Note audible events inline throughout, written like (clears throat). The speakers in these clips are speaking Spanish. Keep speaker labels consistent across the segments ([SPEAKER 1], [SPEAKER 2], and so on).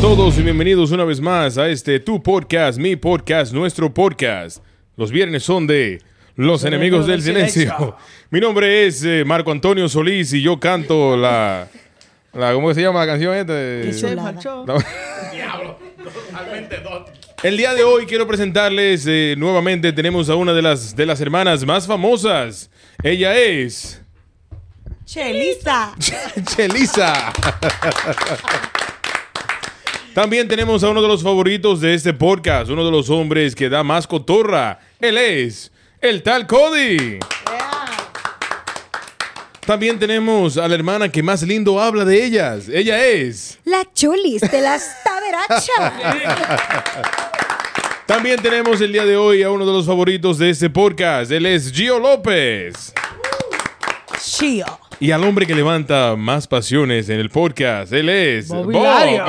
[SPEAKER 1] todos y bienvenidos una vez más a este Tu Podcast, mi podcast, nuestro podcast. Los viernes son de Los Enemigos del Silencio. (laughs) Mi nombre es eh, Marco Antonio Solís y yo canto la, la- ¿Cómo se llama la canción esta?
[SPEAKER 2] Qué
[SPEAKER 1] Eh,
[SPEAKER 2] chulada.
[SPEAKER 1] la- El día de hoy quiero presentarles eh, nuevamente, tenemos a una de las, de las hermanas más famosas. Ella es...
[SPEAKER 2] Chelisa.
[SPEAKER 1] Chelisa. También tenemos a uno de los favoritos de este podcast, uno de los hombres que da más cotorra. Él es el tal Cody. También tenemos a la hermana que más lindo habla de ellas. Ella es.
[SPEAKER 3] La cholis de las taberachas.
[SPEAKER 2] (laughs)
[SPEAKER 1] También tenemos el día de hoy a uno de los favoritos de este podcast. Él es Gio López.
[SPEAKER 2] Chio.
[SPEAKER 1] Y al hombre que levanta más pasiones en el podcast, él es. Bob.
[SPEAKER 2] Mobiliario.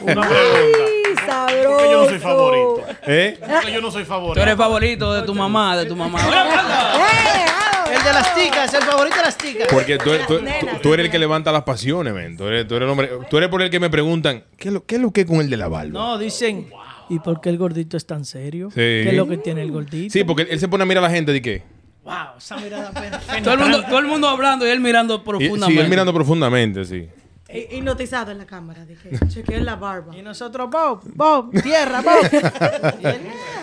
[SPEAKER 4] Una pregunta.
[SPEAKER 3] Sabroso.
[SPEAKER 4] Porque yo no soy favorito.
[SPEAKER 1] ¿Eh?
[SPEAKER 4] Porque yo no soy
[SPEAKER 5] Tú eres
[SPEAKER 4] favorito.
[SPEAKER 5] favorito de tu mamá, de tu mamá.
[SPEAKER 3] ¡Eh, ahora!
[SPEAKER 6] El de las ticas, el favorito de las ticas.
[SPEAKER 1] Porque tú, tú-
[SPEAKER 3] nenas,
[SPEAKER 1] tú-
[SPEAKER 3] las
[SPEAKER 1] tú eres el que levanta las pasiones, men. Tú eres, tú eres el hombre. Tú eres por el que me preguntan, ¿qué es lo, qué es lo que con el de la barba?
[SPEAKER 6] No, dicen,
[SPEAKER 7] ¿Y por qué el gordito es tan serio?
[SPEAKER 1] Sí.
[SPEAKER 7] ¿Qué es lo que tiene el gordito?
[SPEAKER 1] Sí, porque él se pone a mirar a la gente de qué.
[SPEAKER 6] wow, esa
[SPEAKER 7] (laughs)
[SPEAKER 6] mirada pena.
[SPEAKER 5] Todo el, mundo, todo el mundo hablando y él mirando
[SPEAKER 1] Y-
[SPEAKER 5] profundamente.
[SPEAKER 1] Sí, él mirando profundamente, sí.
[SPEAKER 2] Hipnotizado en la cámara, dije. Chequeé
[SPEAKER 3] (laughs)
[SPEAKER 2] la barba.
[SPEAKER 6] Y nosotros, Bob, Bob, tierra, Bob.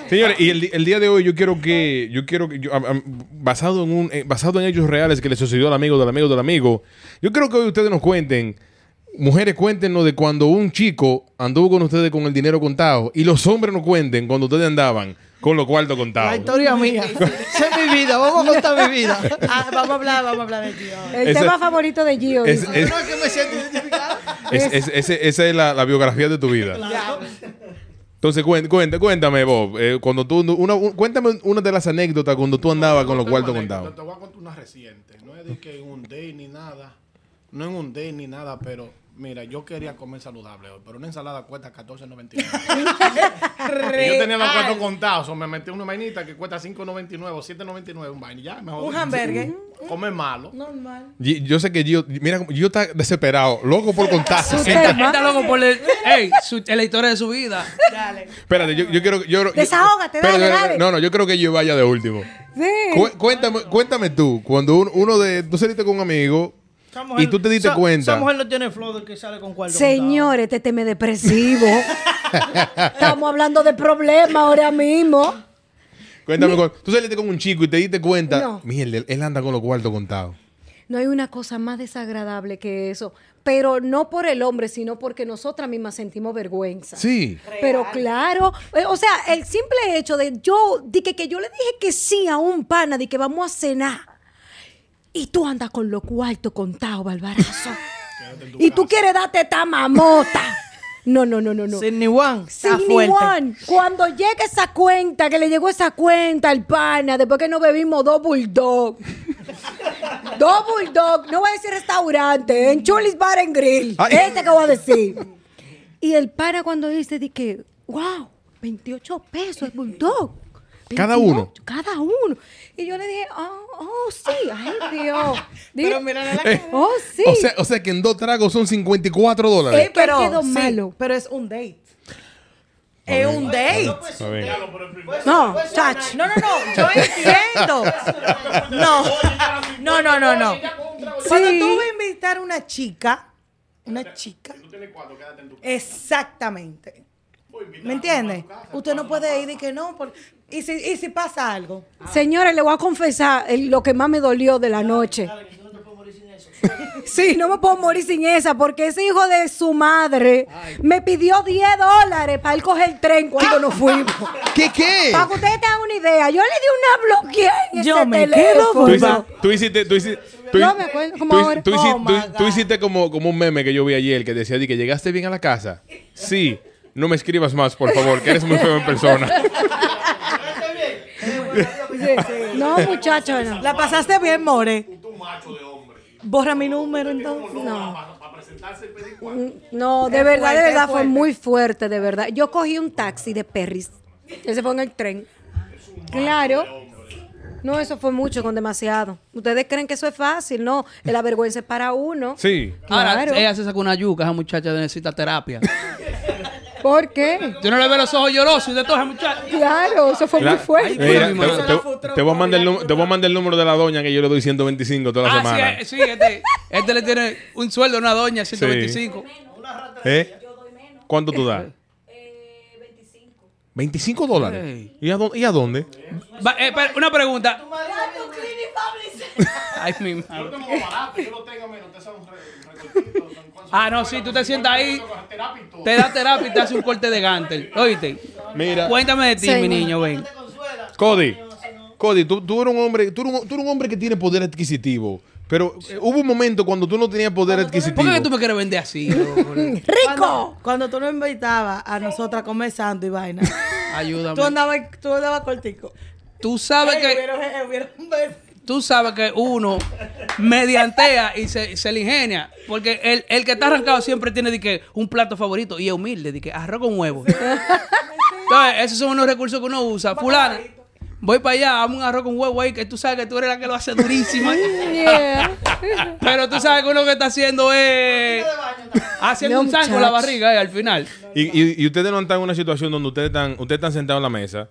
[SPEAKER 1] Señores, y el, di- el día de hoy yo quiero que, yo quiero que, yo- am- am- basado en un, eh, basado en hechos reales que le sucedió al amigo del amigo del amigo, yo creo que hoy ustedes nos cuenten, mujeres cuéntenos de cuando un chico anduvo con ustedes con el dinero contado y los hombres nos cuenten cuando ustedes andaban con los cuartos
[SPEAKER 6] La
[SPEAKER 1] contados.
[SPEAKER 6] historia mía. Esa es mi vida, vamos
[SPEAKER 7] (laughs)
[SPEAKER 6] a contar mi vida.
[SPEAKER 2] Ah, vamos a hablar, vamos a hablar de ti. ahora.
[SPEAKER 3] El
[SPEAKER 1] Ese-
[SPEAKER 3] tema favorito de Gio.
[SPEAKER 1] Es-
[SPEAKER 3] dice.
[SPEAKER 1] es-
[SPEAKER 6] No, es que me siento identificado.
[SPEAKER 1] Es- es- ese- esa es la, la biografía de tu vida. Entonces, cuen- cuenta- cuéntame, Bob. eh, cuando tú, una, un- cuéntame una de las anécdotas cuando tú andabas con los cuartos contados.
[SPEAKER 4] Te voy a contar una reciente. No es de que en un day ni nada. No en un day ni nada, pero mira, yo quería comer saludable hoy, pero una ensalada cuesta (laughs) 14.99. Y yo tenía los cuartos contados, o me metí una vainita que cuesta 5.99 o 7.99 un Mm. vaina, y ya, mejor.
[SPEAKER 2] Un hamburger.
[SPEAKER 4] Come malo.
[SPEAKER 2] Normal.
[SPEAKER 1] Y- Yo sé que Gio, mira, yo está desesperado, loco por contar.
[SPEAKER 3] Su
[SPEAKER 1] Eh,
[SPEAKER 5] Él
[SPEAKER 3] tema.
[SPEAKER 5] está loco por el, ey, su- la historia de su vida.
[SPEAKER 2] Dale.
[SPEAKER 1] Espérate, yo, yo quiero. Yo, yo-
[SPEAKER 3] Desahógate, dale,
[SPEAKER 1] espérate,
[SPEAKER 3] dale.
[SPEAKER 1] No, no, yo creo que yo vaya de último.
[SPEAKER 3] Sí.
[SPEAKER 1] Cu- cuéntame, cuéntame tú, cuando un- uno de. Tú saliste con un amigo y tú te diste
[SPEAKER 6] Esa-
[SPEAKER 1] cuenta.
[SPEAKER 6] Esa mujer no tiene flow del que sale con cuarto.
[SPEAKER 3] Señores, este tema es depresivo. Estamos hablando de problemas ahora mismo.
[SPEAKER 1] Cuéntame, cuando- tú saliste con un chico y te diste cuenta.
[SPEAKER 3] No.
[SPEAKER 1] Mierda, él anda con los cuartos contados.
[SPEAKER 3] No hay una cosa más desagradable que eso. Pero no por el hombre, sino porque nosotras mismas sentimos vergüenza.
[SPEAKER 1] Sí.
[SPEAKER 3] Pero claro, eh, o sea, el simple hecho de yo, de que, que yo le dije que sí a un pana, de que vamos a cenar. Y tú andas con lo cuarto contado, Balbarazo. y tú quieres darte esta mamota. No, no, no, no, no.
[SPEAKER 6] Sidney Wan, está
[SPEAKER 3] Sidney
[SPEAKER 6] fuerte.
[SPEAKER 3] Wan, cuando llega esa cuenta, que le llegó esa cuenta al pana, después que nos bebimos dos bulldog.
[SPEAKER 6] (laughs)
[SPEAKER 3] dos bulldog, no voy a decir restaurante, en Chulis Bar and Grill.
[SPEAKER 1] Ay.
[SPEAKER 3] Este que voy
[SPEAKER 6] (laughs)
[SPEAKER 3] a decir. Y el pana cuando dice, di que, wow, 28 pesos el bulldog.
[SPEAKER 1] Cada uno.
[SPEAKER 3] 28, Cada uno. Y yo le dije, oh, oh, sí, ay, Dios. Dije, oh, sí.
[SPEAKER 1] O, sea, o sea que en dos tragos son 54 dólares.
[SPEAKER 3] Eh, pero quedó malo.
[SPEAKER 2] Pero es un date. Es un date.
[SPEAKER 1] Está bien.
[SPEAKER 2] No, chach. No, no, no. Yo
[SPEAKER 3] (laughs)
[SPEAKER 2] entiendo. No. No, no, no, no. Cuando tú vas a invitar a una chica, una chica. Exactamente. ¿Me entiendes? Usted no puede ir y que no. por- ¿Y, si, y si pasa algo.
[SPEAKER 3] Señores, le voy a confesar eh, lo que más me dolió de la noche. Sí, no me puedo morir sin esa, porque ese hijo de su madre me pidió 10 dólares para él coger el tren cuando nos fuimos.
[SPEAKER 6] ¿Qué, qué?
[SPEAKER 3] Para que ustedes tengan una idea, yo le di una bloqueada en
[SPEAKER 7] Yo
[SPEAKER 3] ese
[SPEAKER 7] me quedo
[SPEAKER 3] teléfono.
[SPEAKER 1] Tú hiciste, tú hiciste, tú hiciste, tú,
[SPEAKER 3] No me acuerdo, como
[SPEAKER 1] tú-
[SPEAKER 3] ahora.
[SPEAKER 1] tú hici-
[SPEAKER 2] Oh,
[SPEAKER 1] tú-
[SPEAKER 2] my
[SPEAKER 1] tú
[SPEAKER 2] God.
[SPEAKER 1] hiciste como, como un meme que yo vi ayer que decía, di que llegaste bien a la casa. Sí, no me escribas más, por favor, que eres muy feo en
[SPEAKER 3] (laughs)
[SPEAKER 1] persona.
[SPEAKER 3] Sí. No, muchachos, no.
[SPEAKER 2] ¿La pasaste bien, More? Borra mi número entonces.
[SPEAKER 3] No. Mm, No, de verdad, de
[SPEAKER 2] fuerte,
[SPEAKER 3] verdad,
[SPEAKER 2] es
[SPEAKER 3] fue
[SPEAKER 2] fuerte.
[SPEAKER 3] muy fuerte, de verdad. Yo cogí un taxi de Perris. Él se fue en el tren. Claro. No, eso fue mucho, con demasiado. Ustedes creen que eso es fácil, no. La vergüenza es para uno.
[SPEAKER 1] Sí.
[SPEAKER 5] Ahora
[SPEAKER 3] Claro.
[SPEAKER 5] ella se sacó una yuca, esa muchacha necesita terapia.
[SPEAKER 3] ¿Por qué?
[SPEAKER 5] Yo no le veo los ojos llorosos y de todas muchachos.
[SPEAKER 3] Claro, eso fue
[SPEAKER 1] La-
[SPEAKER 3] muy fuerte.
[SPEAKER 1] Mira, te,
[SPEAKER 5] Ay, madre.
[SPEAKER 1] te- te voy a mandar el nu- te voy a mandar el número de la doña que yo le doy 125 toda la
[SPEAKER 5] Ah, sí,
[SPEAKER 1] semana.
[SPEAKER 5] eh, sí, este, este le tiene un sueldo a una doña, 125.
[SPEAKER 1] ¿Eh? ¿Cuánto tú das?
[SPEAKER 3] Eh,
[SPEAKER 1] 25 dólares. ¿Y a, dó- y a dónde?
[SPEAKER 5] Va, eh, espera, una pregunta. Ay, mi madre.
[SPEAKER 4] Yo tengo más barato, yo lo tengo menos, te sale un recortito, son cosas.
[SPEAKER 5] Ah, no, sí, tú te sientas ahí,
[SPEAKER 4] Terapia y todo.
[SPEAKER 5] te da terapia y te hace un corte de gantel. ¿Oíste?
[SPEAKER 1] Mira,
[SPEAKER 5] Cuéntame de ti,
[SPEAKER 3] Señor.
[SPEAKER 5] mi niño, ven.
[SPEAKER 1] Cody. Cody, tú, tú eres un hombre, tú eres un, tú eres un hombre que tiene poder adquisitivo. Pero eh, hubo un momento cuando tú no tenías poder adquisitivo.
[SPEAKER 5] ¿Por qué tú me quieres vender así? loco?
[SPEAKER 3] ¡Rico!
[SPEAKER 2] Cuando tú nos invitabas a nosotras a comer santo y vaina,
[SPEAKER 6] (laughs)
[SPEAKER 2] tú
[SPEAKER 5] Ayúdame.
[SPEAKER 2] andabas, tú andabas cortico.
[SPEAKER 5] Tú sabes
[SPEAKER 2] Ey,
[SPEAKER 5] que,
[SPEAKER 2] hubiera- eh, hubiera un beso.
[SPEAKER 5] tú sabes que uno mediantea y se, se le ingenia. Porque el, el que está arrancado siempre tiene de que, un plato favorito y es humilde, de que arroz con huevo. Entonces, esos son unos recursos que uno usa. Fulana, voy para allá, hazme un arroz con huevo ahí, que tú sabes que tú eres la que lo hace durísimo.
[SPEAKER 3] Yeah.
[SPEAKER 5] Pero tú sabes que uno que está haciendo es. Haciendo
[SPEAKER 3] No,
[SPEAKER 5] un sanco en la
[SPEAKER 3] muchacho.
[SPEAKER 5] barriga eh, al final.
[SPEAKER 1] Y, y- y ustedes no han estado en una situación donde ustedes están, ustedes están sentados en la mesa.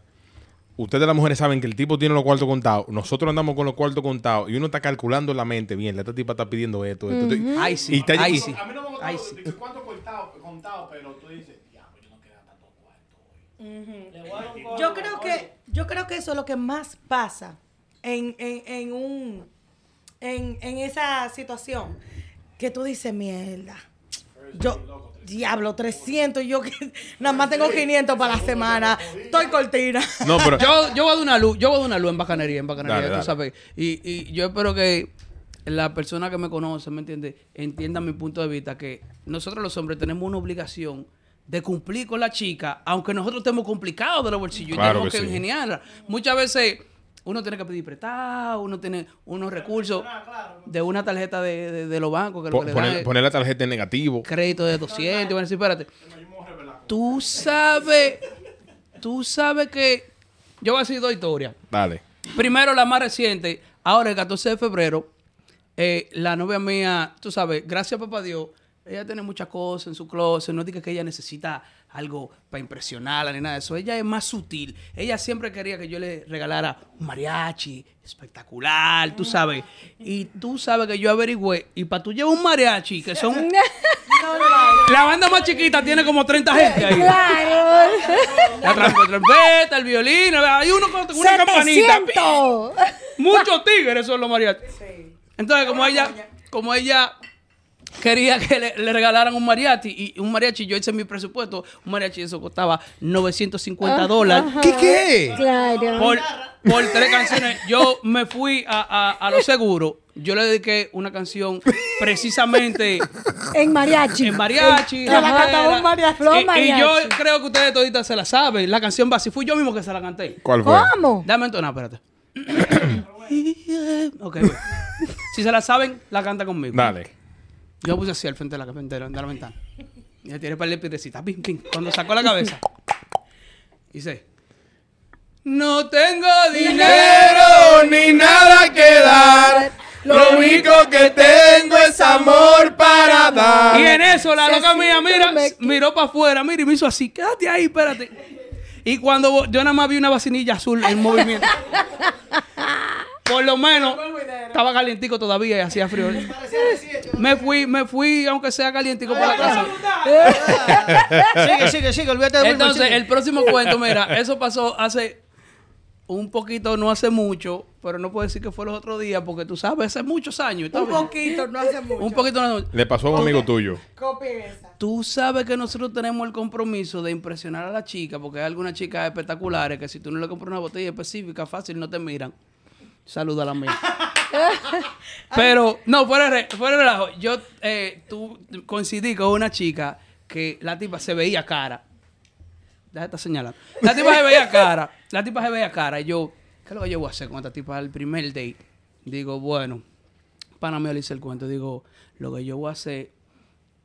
[SPEAKER 1] Ustedes las mujeres saben que el tipo tiene los cuartos contados. Nosotros andamos con los cuartos contados y uno está calculando en la mente, bien, esta tipa está pidiendo esto, esto, esto.
[SPEAKER 5] Ay, sí.
[SPEAKER 1] Y está-
[SPEAKER 5] Ay,
[SPEAKER 1] y-
[SPEAKER 5] sí.
[SPEAKER 4] A mí no me
[SPEAKER 5] Ay,
[SPEAKER 4] gustaba
[SPEAKER 5] sí.
[SPEAKER 4] de que cuánto cortado, contado, pero tú dices, diablo, yo no queda tanto cuarto.
[SPEAKER 2] Yo creo que, yo creo que eso es lo que más pasa en, en, en un en, en esa situación. Que tú dices, mierda. Yo, diablo, 300, yo que nada más tengo 500 para la semana. Estoy cortina. (laughs)
[SPEAKER 1] No, pero
[SPEAKER 5] (laughs) Yo, yo voy a dar una luz, yo voy a dar una luz en bacanería, en bacanería,
[SPEAKER 1] Dale,
[SPEAKER 5] tú
[SPEAKER 1] dale.
[SPEAKER 5] sabes. Y, y yo espero que la persona que me conoce, ¿me entiende? Entienda mi punto de vista, que nosotros los hombres tenemos una obligación de cumplir con la chica, aunque nosotros estemos complicados de los bolsillos
[SPEAKER 1] Claro
[SPEAKER 5] y tenemos
[SPEAKER 1] que
[SPEAKER 5] que,
[SPEAKER 1] sí.
[SPEAKER 5] ingeniarla. Muchas veces uno tiene que pedir prestado, uno tiene unos recursos de una tarjeta de, de- de los bancos que lo
[SPEAKER 1] po-
[SPEAKER 5] que le dan
[SPEAKER 1] poner,
[SPEAKER 5] es-
[SPEAKER 1] poner la tarjeta en negativo.
[SPEAKER 5] crédito de 200. y Van a decir, espérate. Tú sabes, tú sabes que yo voy a decir dos historias.
[SPEAKER 1] Dale.
[SPEAKER 5] Primero, la más reciente. Ahora, el 14 de febrero, eh, la novia mía, tú sabes, gracias a papá Dios, ella tiene muchas cosas en su closet. No diga que ella necesita algo para impresionarla ni nada de eso. Ella es más sutil. Ella siempre quería que yo le regalara un mariachi espectacular, tú sabes. Y tú sabes que yo averigüé. Y para tú llevar un mariachi, que son... La banda más chiquita tiene como 30 gente ahí.
[SPEAKER 3] ¡Claro!
[SPEAKER 5] La trampa- trompeta, el violín, hay uno con una campanita.
[SPEAKER 3] ¡700!
[SPEAKER 5] Muchos tigres son los mariachis. Entonces, como ella, como ella quería que le, le regalaran un mariachi, y un mariachi, yo hice mi presupuesto, un mariachi eso costaba 950 dólares.
[SPEAKER 1] ¿Qué qué?
[SPEAKER 3] ¡Claro!
[SPEAKER 5] Por, por tres canciones. Yo me fui a, a, a lo seguro. Yo le dediqué una canción precisamente
[SPEAKER 3] En mariachi.
[SPEAKER 5] en mariachi.
[SPEAKER 3] Te la
[SPEAKER 5] rapera.
[SPEAKER 3] cantaba un mariachi, flor
[SPEAKER 5] Y- y,
[SPEAKER 3] mariachi.
[SPEAKER 5] yo creo que ustedes toditas se la saben. La canción base fui yo mismo que se la canté.
[SPEAKER 1] ¿Cuál fue?
[SPEAKER 3] ¿Cómo?
[SPEAKER 5] Dame entonar, espérate. (coughs) ok. si se la saben, la canta conmigo.
[SPEAKER 1] Dale.
[SPEAKER 5] Yo puse así al frente de la, de la- de la ventana. Y le tiré para el pirecita. Pim, pim. Cuando sacó la cabeza. Dice. No tengo dinero ni nada que dar. Lo único
[SPEAKER 1] que tengo es amor para
[SPEAKER 5] y en eso la loca mía, mira,
[SPEAKER 3] me-
[SPEAKER 5] miró para afuera, mira, y me hizo así, quédate ahí, espérate. Y cuando vo- yo nada más vi una vacinilla azul en movimiento. Por lo menos estaba calientico todavía y hacía frío. Me fui, me fui, aunque sea calientico por la casa.
[SPEAKER 6] sigue, sigue, sigue, olvídate de Wilmer,
[SPEAKER 5] Entonces,
[SPEAKER 6] sigue.
[SPEAKER 5] el próximo cuento, mira, eso pasó hace un poquito, no hace mucho, pero no puedo decir que fue los otros días, porque tú sabes, hace muchos años. está
[SPEAKER 2] Un
[SPEAKER 5] bien.
[SPEAKER 2] poquito, no hace mucho.
[SPEAKER 5] Un poquito, no,
[SPEAKER 1] Le pasó a un amigo tuyo.
[SPEAKER 2] Copien esa.
[SPEAKER 5] Tú sabes que nosotros tenemos el compromiso de impresionar a la chica, porque hay algunas chicas espectaculares que si tú no le compras una botella específica, fácil, no te miran. Saluda a la mía. Pero, no, fuera de, re- fuera de relajo. Yo eh, tú, coincidí con una chica que la tipa se veía cara. Deja de estar señalando. La tipa se veía cara. La tipa se veía cara. Y yo, ¿qué es lo que yo voy a hacer con esta tipa el primer date? Digo, bueno, para mí le hice el cuento. Digo, lo que yo voy a hacer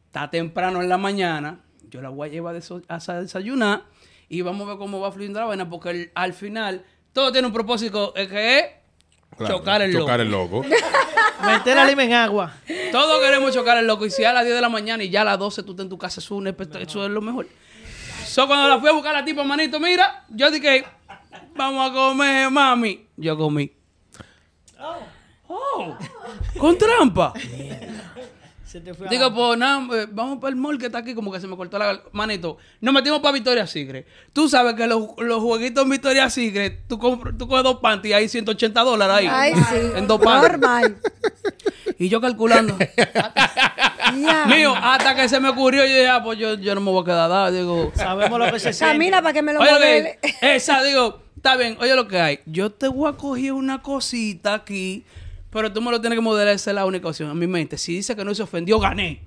[SPEAKER 5] está temprano en la mañana, yo la voy a llevar a deso- a sa- desayunar y vamos a ver cómo va fluyendo la vaina, porque el- al final todo tiene un propósito eh, que es
[SPEAKER 1] Claro,
[SPEAKER 5] chocar el loco.
[SPEAKER 1] Chocar el loco.
[SPEAKER 6] Meter la lima en agua.
[SPEAKER 5] Todos queremos chocar el loco y si a las 10 de la mañana y ya a las 12 tú estás en tu casa, eso es, un espe- eso es lo mejor. So, cuando la fui a buscar a la tipa, manito, mira, yo dije, vamos a comer, mami. Yo comí. Oh. Con trampa.
[SPEAKER 7] Se te fue
[SPEAKER 5] Digo, pues nada, eh, vamos para el mall que está aquí, como que se me cortó la gal- manito. Nos metimos para Victoria Secret. Tú sabes que los, los jueguitos en Victoria Secret, tú, compras- tú coges dos panties y hay 180 dólares ahí.
[SPEAKER 3] Ay, sí.
[SPEAKER 5] En dos panties. (laughs)
[SPEAKER 3] Normal.
[SPEAKER 5] Y yo
[SPEAKER 7] (laughs)
[SPEAKER 5] calculando.
[SPEAKER 3] Ya.
[SPEAKER 5] Mío, hasta que se me ocurrió, yo dije, ah, pues yo, yo no me voy a quedar nada. Digo,
[SPEAKER 7] Sabemos lo que se siente.
[SPEAKER 3] Camina para que me lo
[SPEAKER 5] oye, lo
[SPEAKER 3] modele.
[SPEAKER 5] que- esa, digo, está bien, oye lo que hay. Yo te voy a coger una cosita aquí, pero tú me lo tienes que modelar, esa es la única opción. En mi mente, si dice que no se ofendió, gané.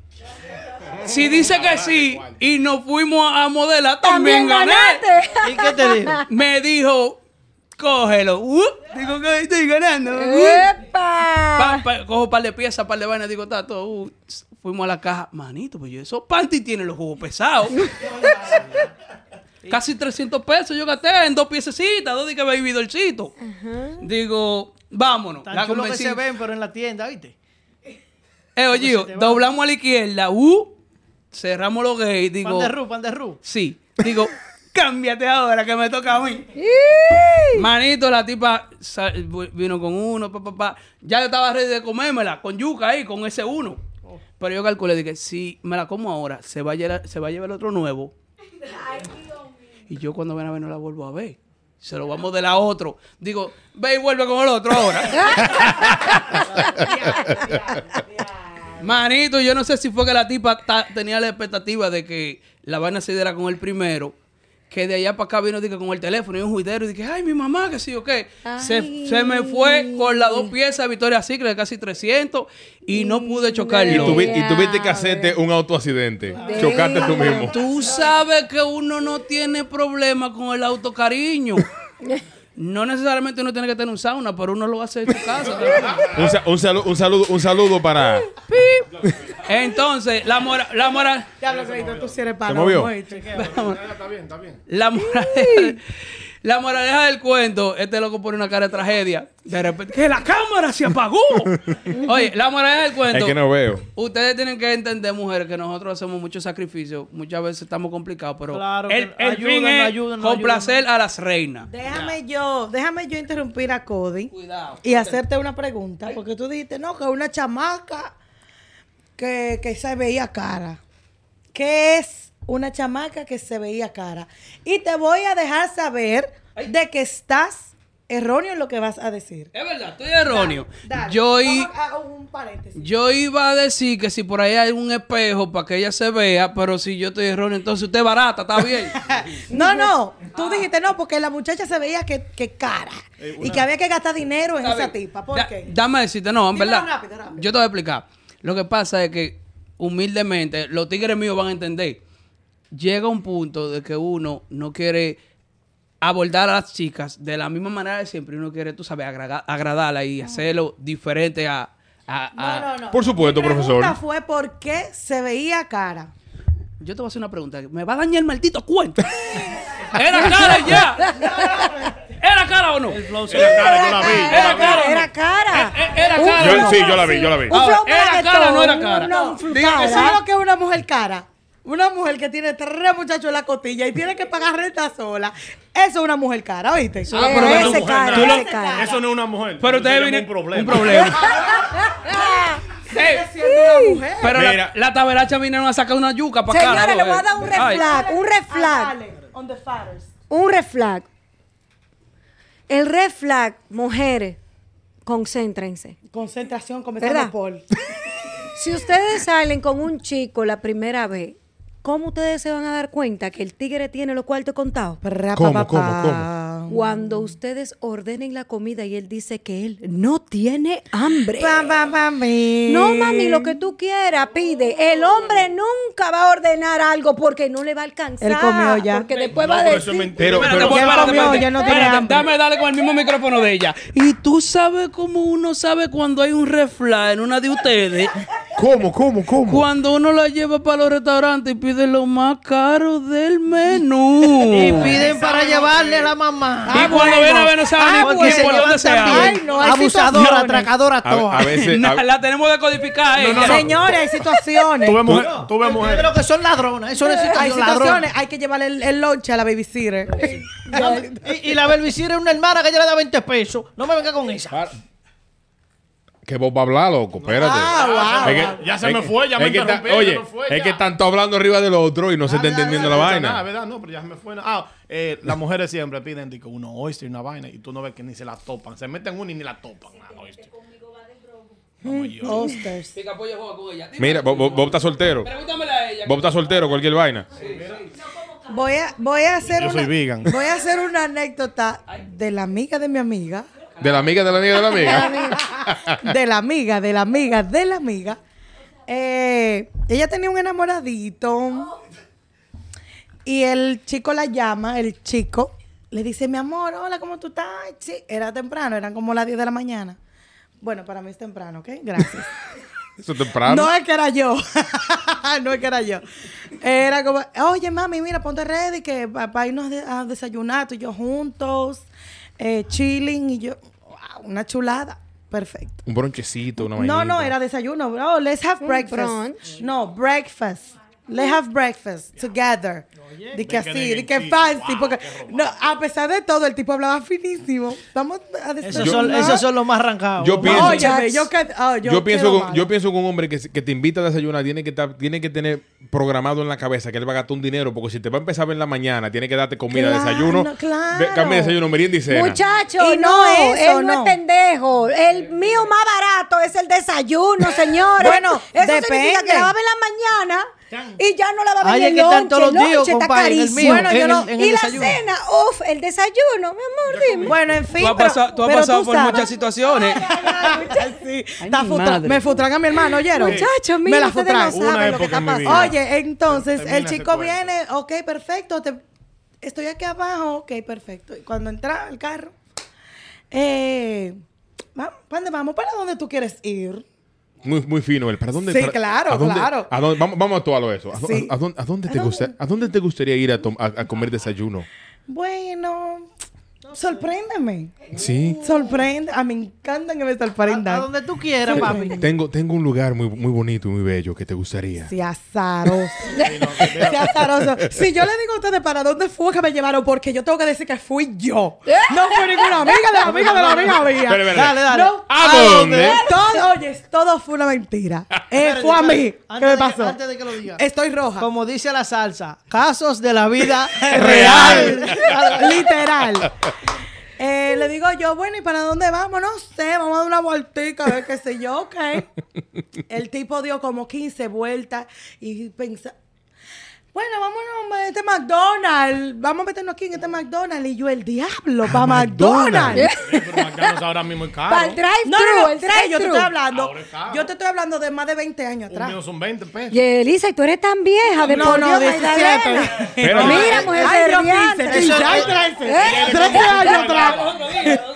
[SPEAKER 5] Si dice que sí y nos fuimos a modelar, (laughs) también,
[SPEAKER 3] También
[SPEAKER 5] gané.
[SPEAKER 3] ganaste.
[SPEAKER 7] ¿Y qué te digo?
[SPEAKER 5] Me dijo, cógelo. Uh, digo que estoy ganando.
[SPEAKER 3] Eh,
[SPEAKER 5] Uh. Pa-
[SPEAKER 3] (laughs) ¡Epa!
[SPEAKER 5] pa- cojo un par de piezas, un par de vainas, digo, está todo. uh, tss, fuimos a la caja. Manito, pues yo, esos panty tienen los jugos pesados. Casi 300 pesos yo gasté en dos piececitas, dos de que baby dolcito. Digo, vámonos.
[SPEAKER 7] Tan
[SPEAKER 5] la
[SPEAKER 7] chulo que se
[SPEAKER 5] convencí.
[SPEAKER 7] ven, pero en la tienda, ¿viste?
[SPEAKER 5] Eh, oye,
[SPEAKER 7] se te va.
[SPEAKER 5] doblamos a la izquierda, uh, cerramos los gays,
[SPEAKER 7] Pan
[SPEAKER 5] digo,
[SPEAKER 7] de ru, pan de ru.
[SPEAKER 5] sí. Digo, (laughs) cámbiate ahora que me toca a mí.
[SPEAKER 3] ¡Ih!
[SPEAKER 5] Manito, la tipa sa- vu- vino con uno, pa, pa, pa. Ya yo estaba ready de comérmela, con yuca ahí, con ese uno. Pero yo calculé, dije, si me la como ahora, se va a llevar, se va a llevar otro nuevo. Y yo cuando ven a ver no la vuelvo a ver. Se lo vamos de la otro. Digo, ve y vuelve con el otro ahora. Manito, yo no sé si fue que la tipa ta- tenía la expectativa de que la vaina se diera con el primero. Que de allá para acá vino dije, con el teléfono y un juidero. Y dije, ay, mi mamá, que sí o qué. Se,
[SPEAKER 3] Ay.
[SPEAKER 5] se me fue con las dos piezas de Victoria Secret de casi 300 y no pude
[SPEAKER 1] Y,
[SPEAKER 5] chocarlo.
[SPEAKER 1] tuvi- y
[SPEAKER 3] Diablo.
[SPEAKER 1] tuviste que hacerte un autoaccidente. Chocaste tú mismo.
[SPEAKER 5] Tú sabes que uno no tiene problema con el autocariño. No necesariamente uno tiene que tener un sauna, pero uno lo hace en su casa.
[SPEAKER 1] Un, sa- un salu- un saludo, un saludo para.
[SPEAKER 5] Entonces, la moral, la moral,
[SPEAKER 2] Diablo, Cleito, tú sí eres pana,
[SPEAKER 1] movió?
[SPEAKER 2] oíste.
[SPEAKER 4] Está bien, está bien.
[SPEAKER 5] la moraleja, la moraleja del cuento, este loco pone una cara de tragedia. De repente, que la cámara se apagó. Oye, la moraleja del cuento.
[SPEAKER 1] Es que no veo.
[SPEAKER 5] Ustedes tienen que entender, mujeres, que nosotros hacemos muchos sacrificios. Muchas veces estamos complicados, pero
[SPEAKER 7] Claro,
[SPEAKER 5] el,
[SPEAKER 7] que
[SPEAKER 5] el
[SPEAKER 7] ayúdennos,
[SPEAKER 5] fin es
[SPEAKER 7] ayúdennos,
[SPEAKER 5] complacer a las reinas.
[SPEAKER 2] Déjame yo, déjame yo interrumpir a Cody
[SPEAKER 5] Cuidado.
[SPEAKER 2] y hacerte una pregunta, porque tú dijiste, no, que una chamaca que, que se veía cara. ¿Qué es una chamaca que se veía cara? Y te voy a dejar saber de que estás erróneo en lo que vas a decir.
[SPEAKER 5] Es verdad, estoy erróneo.
[SPEAKER 2] Dale,
[SPEAKER 5] Yo, i-
[SPEAKER 2] vamos a- a un paréntesis.
[SPEAKER 5] yo iba a decir que si por ahí hay un espejo para que ella se vea, pero si yo estoy erróneo, entonces usted es barata, está
[SPEAKER 2] (laughs)
[SPEAKER 5] bien.
[SPEAKER 2] (laughs) No, no,
[SPEAKER 5] Ah.
[SPEAKER 2] tú dijiste no, porque la muchacha se veía que, que cara
[SPEAKER 5] Eh,
[SPEAKER 2] y que había que gastar dinero en
[SPEAKER 5] Está
[SPEAKER 2] esa
[SPEAKER 5] bien.
[SPEAKER 2] tipa. ¿Por
[SPEAKER 5] Da-
[SPEAKER 2] qué?
[SPEAKER 5] Dame decirte, no, en
[SPEAKER 2] Dímelo
[SPEAKER 5] verdad.
[SPEAKER 2] rápido, rápido.
[SPEAKER 5] Yo te voy a explicar. Lo que pasa es que, humildemente, los tigres míos van a entender. Llega un punto de que uno no quiere abordar a las chicas de la misma manera de siempre. Uno quiere, tú sabes, agraga- agradarla y hacerlo diferente a. a- a-
[SPEAKER 2] no, no, no.
[SPEAKER 1] Ah, Por supuesto,
[SPEAKER 2] Mi pregunta
[SPEAKER 1] profesor.
[SPEAKER 2] fue por qué se veía cara.
[SPEAKER 5] Yo te voy a hacer una pregunta. ¿Me va a dañar el maldito cuento? (laughs) ¿Era cara ya? ¿Era cara o no?
[SPEAKER 7] El flow se
[SPEAKER 4] Era cara, yo la vi.
[SPEAKER 5] Era
[SPEAKER 3] Era
[SPEAKER 5] cara,
[SPEAKER 3] cara.
[SPEAKER 5] ¿no?
[SPEAKER 3] Era cara.
[SPEAKER 5] Eh, eh, era
[SPEAKER 3] Un
[SPEAKER 5] cara.
[SPEAKER 1] Yo- sí,
[SPEAKER 3] flow
[SPEAKER 1] yo la vi,
[SPEAKER 3] así.
[SPEAKER 1] yo la vi.
[SPEAKER 3] Un
[SPEAKER 5] Ahora,
[SPEAKER 3] flow
[SPEAKER 5] ¿era
[SPEAKER 3] reggaetón,
[SPEAKER 5] cara o no era cara? Ah,
[SPEAKER 3] una- un flow
[SPEAKER 2] Dígame,
[SPEAKER 3] cara.
[SPEAKER 2] ¿sabes lo que es una mujer cara? Una mujer que tiene tres muchachos en la costilla y tiene que pagar renta sola. Eso es una mujer cara, ¿oíste?
[SPEAKER 5] Ah, pero
[SPEAKER 3] Ese
[SPEAKER 5] tú-
[SPEAKER 4] mujer,
[SPEAKER 3] cara,
[SPEAKER 4] tú lo-
[SPEAKER 3] ese cara.
[SPEAKER 4] Eso no es una mujer.
[SPEAKER 5] Pero
[SPEAKER 4] Eso se
[SPEAKER 5] ustedes
[SPEAKER 4] llama
[SPEAKER 5] vienen.
[SPEAKER 4] un problema. (laughs)
[SPEAKER 5] (laughs) Eh, Pero la,
[SPEAKER 1] Mira.
[SPEAKER 5] la taberacha vinieron a sacar una yuca para acá.
[SPEAKER 3] Señores, le
[SPEAKER 5] ¿no?
[SPEAKER 4] eh.
[SPEAKER 3] voy a dar un
[SPEAKER 5] Ay,
[SPEAKER 3] reflag, un reflag,
[SPEAKER 2] On the fathers.
[SPEAKER 3] un reflag. El reflag, mujeres, concéntrense.
[SPEAKER 2] Concentración,
[SPEAKER 3] ¿Verdad? (laughs)
[SPEAKER 2] comenzando por.
[SPEAKER 3] Si ustedes salen con un chico la primera vez, ¿cómo ustedes se van a dar cuenta que el tigre tiene los cuartos contados?
[SPEAKER 1] ¿Cómo, cómo, cómo?
[SPEAKER 3] Cuando ustedes ordenen la comida y él dice que él no tiene hambre.
[SPEAKER 2] Pam, pam, pam, pam.
[SPEAKER 3] No, mami, lo que tú quieras, pide. El hombre nunca va a ordenar algo porque no le va a alcanzar.
[SPEAKER 2] Él comió ya.
[SPEAKER 3] Porque después va
[SPEAKER 4] No,
[SPEAKER 3] a
[SPEAKER 4] pero eso es
[SPEAKER 3] decir...
[SPEAKER 4] mentira.
[SPEAKER 1] Pero,
[SPEAKER 5] Espérate,
[SPEAKER 1] pero-
[SPEAKER 5] pues,
[SPEAKER 2] Ya
[SPEAKER 5] espérate,
[SPEAKER 2] comió,
[SPEAKER 5] espérate.
[SPEAKER 2] ya no tiene
[SPEAKER 5] Espérate,
[SPEAKER 2] hambre.
[SPEAKER 5] Dame darle con el mismo micrófono de ella. Y tú sabes cómo uno sabe cuando hay un reflag en una de ustedes
[SPEAKER 1] ¿Cómo, cómo, cómo?
[SPEAKER 5] Cuando uno la lleva para los restaurantes y pide lo más caro
[SPEAKER 3] (laughs)
[SPEAKER 5] del menú.
[SPEAKER 7] Y piden para llevarle a la mamá. Ah,
[SPEAKER 5] Y cuando ven a ver, no saben ni- ni
[SPEAKER 7] se
[SPEAKER 5] por dónde
[SPEAKER 7] llevan
[SPEAKER 5] se
[SPEAKER 7] también.
[SPEAKER 5] abre.
[SPEAKER 2] Ay, no, hay
[SPEAKER 7] Abusadora,
[SPEAKER 2] situaciones.
[SPEAKER 7] atracadora,
[SPEAKER 1] A,
[SPEAKER 7] toda.
[SPEAKER 1] a veces.
[SPEAKER 5] No,
[SPEAKER 1] a-
[SPEAKER 5] la tenemos decodificada. eh.
[SPEAKER 2] Señores, hay situaciones.
[SPEAKER 4] Tuve mujer, tuve
[SPEAKER 7] Yo
[SPEAKER 4] mujer.
[SPEAKER 7] creo que son ladronas. Eso no es
[SPEAKER 2] hay
[SPEAKER 7] situación ladrona.
[SPEAKER 2] situaciones. Hay que llevarle el, el lonche a la babysitter.
[SPEAKER 7] Y, y la Belvisir es una hermana que yo le da 20 pesos. No me venga con esa.
[SPEAKER 1] Para- Que vos va a hablar, loco, espérate.
[SPEAKER 2] Ah, wow.
[SPEAKER 1] Es
[SPEAKER 4] Ya se
[SPEAKER 1] es
[SPEAKER 4] me fue, ya me
[SPEAKER 1] es que
[SPEAKER 4] interrumpí,
[SPEAKER 1] ta-
[SPEAKER 4] ya
[SPEAKER 1] Oye,
[SPEAKER 4] me fue,
[SPEAKER 1] es
[SPEAKER 4] ya. Ah,
[SPEAKER 1] que tanto hablando arriba del otro y no se está entendiendo la vaina.
[SPEAKER 4] Nada, ¿verdad? No, pero ya se me fue. nada. Ah, eh, las mujeres siempre piden digo, uno oyster y una vaina y tú no ves que ni se la topan. Se meten una y ni la topan. ah, oyster.
[SPEAKER 2] Osters.
[SPEAKER 5] Pica pollo juega con ella.
[SPEAKER 1] Mira, Bob, Bob- Bob está soltero.
[SPEAKER 5] Pregúntamela a ella.
[SPEAKER 1] Bob está soltero, cualquier vaina.
[SPEAKER 2] Voy a, voy a hacer
[SPEAKER 4] Yo
[SPEAKER 2] una,
[SPEAKER 4] soy vegan.
[SPEAKER 2] Voy a hacer una anécdota de la amiga de mi amiga.
[SPEAKER 4] (laughs)
[SPEAKER 1] De la amiga, de la amiga, de la amiga.
[SPEAKER 2] de la amiga, de la amiga, de la amiga. Eh, ella tenía un enamoradito. Y el chico la llama, el chico le dice, mi amor, hola, ¿cómo tú estás? Sí, era temprano, eran como las 10 de la mañana. Bueno, para mí es temprano, ¿ok? Gracias.
[SPEAKER 1] Eso es temprano.
[SPEAKER 2] No es que era yo. (laughs) no es que era yo. Era como, oye, mami, mira, ponte ready que papá irnos de- a desayunar, tú y yo juntos, eh, chilling, y yo, "Wow, una chulada. Perfecto.
[SPEAKER 1] Un bronchecito, una vaina.
[SPEAKER 2] No, no, era desayuno. Oh, let's have breakfast.
[SPEAKER 3] brunch.
[SPEAKER 2] No, breakfast. Let's have breakfast together. De que
[SPEAKER 4] de
[SPEAKER 2] así, de
[SPEAKER 4] gentil.
[SPEAKER 2] que fancy.
[SPEAKER 4] Wow,
[SPEAKER 2] porque,
[SPEAKER 4] qué romántico.
[SPEAKER 2] no, a pesar de todo, el tipo hablaba finísimo. Vamos a
[SPEAKER 7] Esos
[SPEAKER 2] desayunar.
[SPEAKER 7] son, esos son los más arrancados.
[SPEAKER 1] Yo
[SPEAKER 2] No,
[SPEAKER 1] pienso-
[SPEAKER 2] óyeme, yo, que- oh, yo
[SPEAKER 1] yo, pienso
[SPEAKER 2] quedo
[SPEAKER 1] que,
[SPEAKER 2] mal.
[SPEAKER 1] yo pienso que un hombre que, se- que te invita a desayunar tiene que, estar- tiene que tener programado en la cabeza que él va a gastar un dinero, porque si te va a empezar a ver en la mañana, tiene que darte comida,
[SPEAKER 2] Claro,
[SPEAKER 1] desayuno,
[SPEAKER 2] claro.
[SPEAKER 1] ve- cambio de desayuno, merienda y cena.
[SPEAKER 3] Muchacho,
[SPEAKER 2] Y no,
[SPEAKER 3] no,
[SPEAKER 2] eso
[SPEAKER 3] él no,
[SPEAKER 2] no.
[SPEAKER 3] es pendejo. El mío más barato es el
[SPEAKER 2] (laughs)
[SPEAKER 3] desayuno, señores.
[SPEAKER 2] Bueno,
[SPEAKER 3] eso significa
[SPEAKER 2] depende.
[SPEAKER 3] que la va a ver en la mañana y ya no la va a ver
[SPEAKER 7] Ay,
[SPEAKER 3] en
[SPEAKER 7] es
[SPEAKER 3] el
[SPEAKER 7] que están
[SPEAKER 3] lonche.
[SPEAKER 7] todos los
[SPEAKER 3] el
[SPEAKER 7] días,
[SPEAKER 3] lonche está
[SPEAKER 7] compadre, en el
[SPEAKER 3] carísimo.
[SPEAKER 7] mío,
[SPEAKER 2] Bueno, yo
[SPEAKER 7] en
[SPEAKER 2] no-
[SPEAKER 7] el- en
[SPEAKER 3] y
[SPEAKER 7] el
[SPEAKER 3] la
[SPEAKER 7] desayuno.
[SPEAKER 3] cena, uff, el desayuno, mi amor, dime.
[SPEAKER 2] Bueno, en fin.
[SPEAKER 5] Tú has
[SPEAKER 2] pero-
[SPEAKER 5] pasado, tú has
[SPEAKER 2] pero
[SPEAKER 5] pasado por
[SPEAKER 2] sabes.
[SPEAKER 5] muchas situaciones.
[SPEAKER 2] Sí,
[SPEAKER 5] Ay,
[SPEAKER 2] está
[SPEAKER 5] mi
[SPEAKER 2] futra-
[SPEAKER 5] madre.
[SPEAKER 2] Me frustran a mi hermano, ¿oyeron?
[SPEAKER 3] Muchachos,
[SPEAKER 2] Me
[SPEAKER 3] mira,
[SPEAKER 2] la
[SPEAKER 3] ustedes no
[SPEAKER 2] frustran.
[SPEAKER 4] Una
[SPEAKER 3] saben lo que
[SPEAKER 4] época
[SPEAKER 3] está
[SPEAKER 4] en mi
[SPEAKER 3] pasando.
[SPEAKER 4] vida.
[SPEAKER 2] Oye, entonces
[SPEAKER 4] Termina
[SPEAKER 2] el
[SPEAKER 4] ese
[SPEAKER 2] chico
[SPEAKER 4] cuento.
[SPEAKER 2] viene, ok, perfecto, te- estoy aquí abajo, ok, perfecto. Y cuando entra el carro, eh, va- ¿para dónde vamos? ¿Para dónde tú quieres ir?
[SPEAKER 1] Muy, muy fino él. ¿Para dónde?
[SPEAKER 2] Sí,
[SPEAKER 1] para-
[SPEAKER 2] claro,
[SPEAKER 1] ¿a dónde-
[SPEAKER 2] claro.
[SPEAKER 1] a dónde- vamos, vamos a actuarlo eso. ¿A, dó-
[SPEAKER 2] Sí.
[SPEAKER 1] a dónde, a dónde te gusta- a dónde te gustaría ir a, tom- a- a comer desayuno?
[SPEAKER 2] Bueno, sorpréndeme.
[SPEAKER 1] Sí.
[SPEAKER 2] Sorprende, a me encantan que me sorprendan.
[SPEAKER 7] A donde tú quieras,
[SPEAKER 2] Sí.
[SPEAKER 7] papi.
[SPEAKER 1] Tengo, tengo un lugar muy, muy bonito y muy bello que te gustaría.
[SPEAKER 2] Sí, azaroso. Sí, azaroso. Si yo le digo a ustedes para dónde fue que me llevaron, porque yo tengo que decir que fui yo. No fue ninguna amiga de la amiga de la amiga mía.
[SPEAKER 1] Espera, espera.
[SPEAKER 7] Dale, dale.
[SPEAKER 2] No.
[SPEAKER 1] ¿A dónde?
[SPEAKER 2] Todo, oye, todo fue una mentira. Eh,
[SPEAKER 7] Espérate,
[SPEAKER 2] fue a mí
[SPEAKER 7] espérate.
[SPEAKER 2] que me
[SPEAKER 7] Antes de que-
[SPEAKER 2] pasó.
[SPEAKER 7] antes de que lo diga.
[SPEAKER 2] Estoy
[SPEAKER 3] Ah.
[SPEAKER 2] roja.
[SPEAKER 7] Como dice la salsa, casos de la
[SPEAKER 3] (laughs)
[SPEAKER 7] vida
[SPEAKER 1] Real.
[SPEAKER 7] (laughs) real.
[SPEAKER 2] Literal. Eh, le digo yo, bueno, ¿y para dónde vamos? No sé, vamos a dar una vueltica, a ver qué sé yo, ok. El tipo dio como 15 vueltas y pensó, bueno, vámonos a este McDonald's, vamos a meternos aquí en este McDonald's. Y yo, el diablo, para McDonald's.
[SPEAKER 1] McDonald's.
[SPEAKER 4] Eh, pero McDonald's ahora mismo es caro.
[SPEAKER 3] Para el drive-thru,
[SPEAKER 2] No, no, no,
[SPEAKER 3] el
[SPEAKER 2] sí, yo te estoy
[SPEAKER 3] drive-thru.
[SPEAKER 2] hablando,
[SPEAKER 4] Ahora es caro.
[SPEAKER 2] yo te estoy hablando de más de 20 años
[SPEAKER 4] Un
[SPEAKER 2] atrás.
[SPEAKER 4] mío son 20 pesos.
[SPEAKER 3] Y Elisa, y tú eres tan vieja, Ah, de
[SPEAKER 2] No,
[SPEAKER 3] por
[SPEAKER 2] no,
[SPEAKER 3] Dios,
[SPEAKER 2] 17.
[SPEAKER 3] Magdalena.
[SPEAKER 1] Espérate.
[SPEAKER 3] Mira, mujer
[SPEAKER 2] Ay, Dios,
[SPEAKER 3] serviante.
[SPEAKER 2] 15,
[SPEAKER 3] Eso-
[SPEAKER 2] ya hay 13.
[SPEAKER 3] ¿Eh?
[SPEAKER 2] 13 años atrás.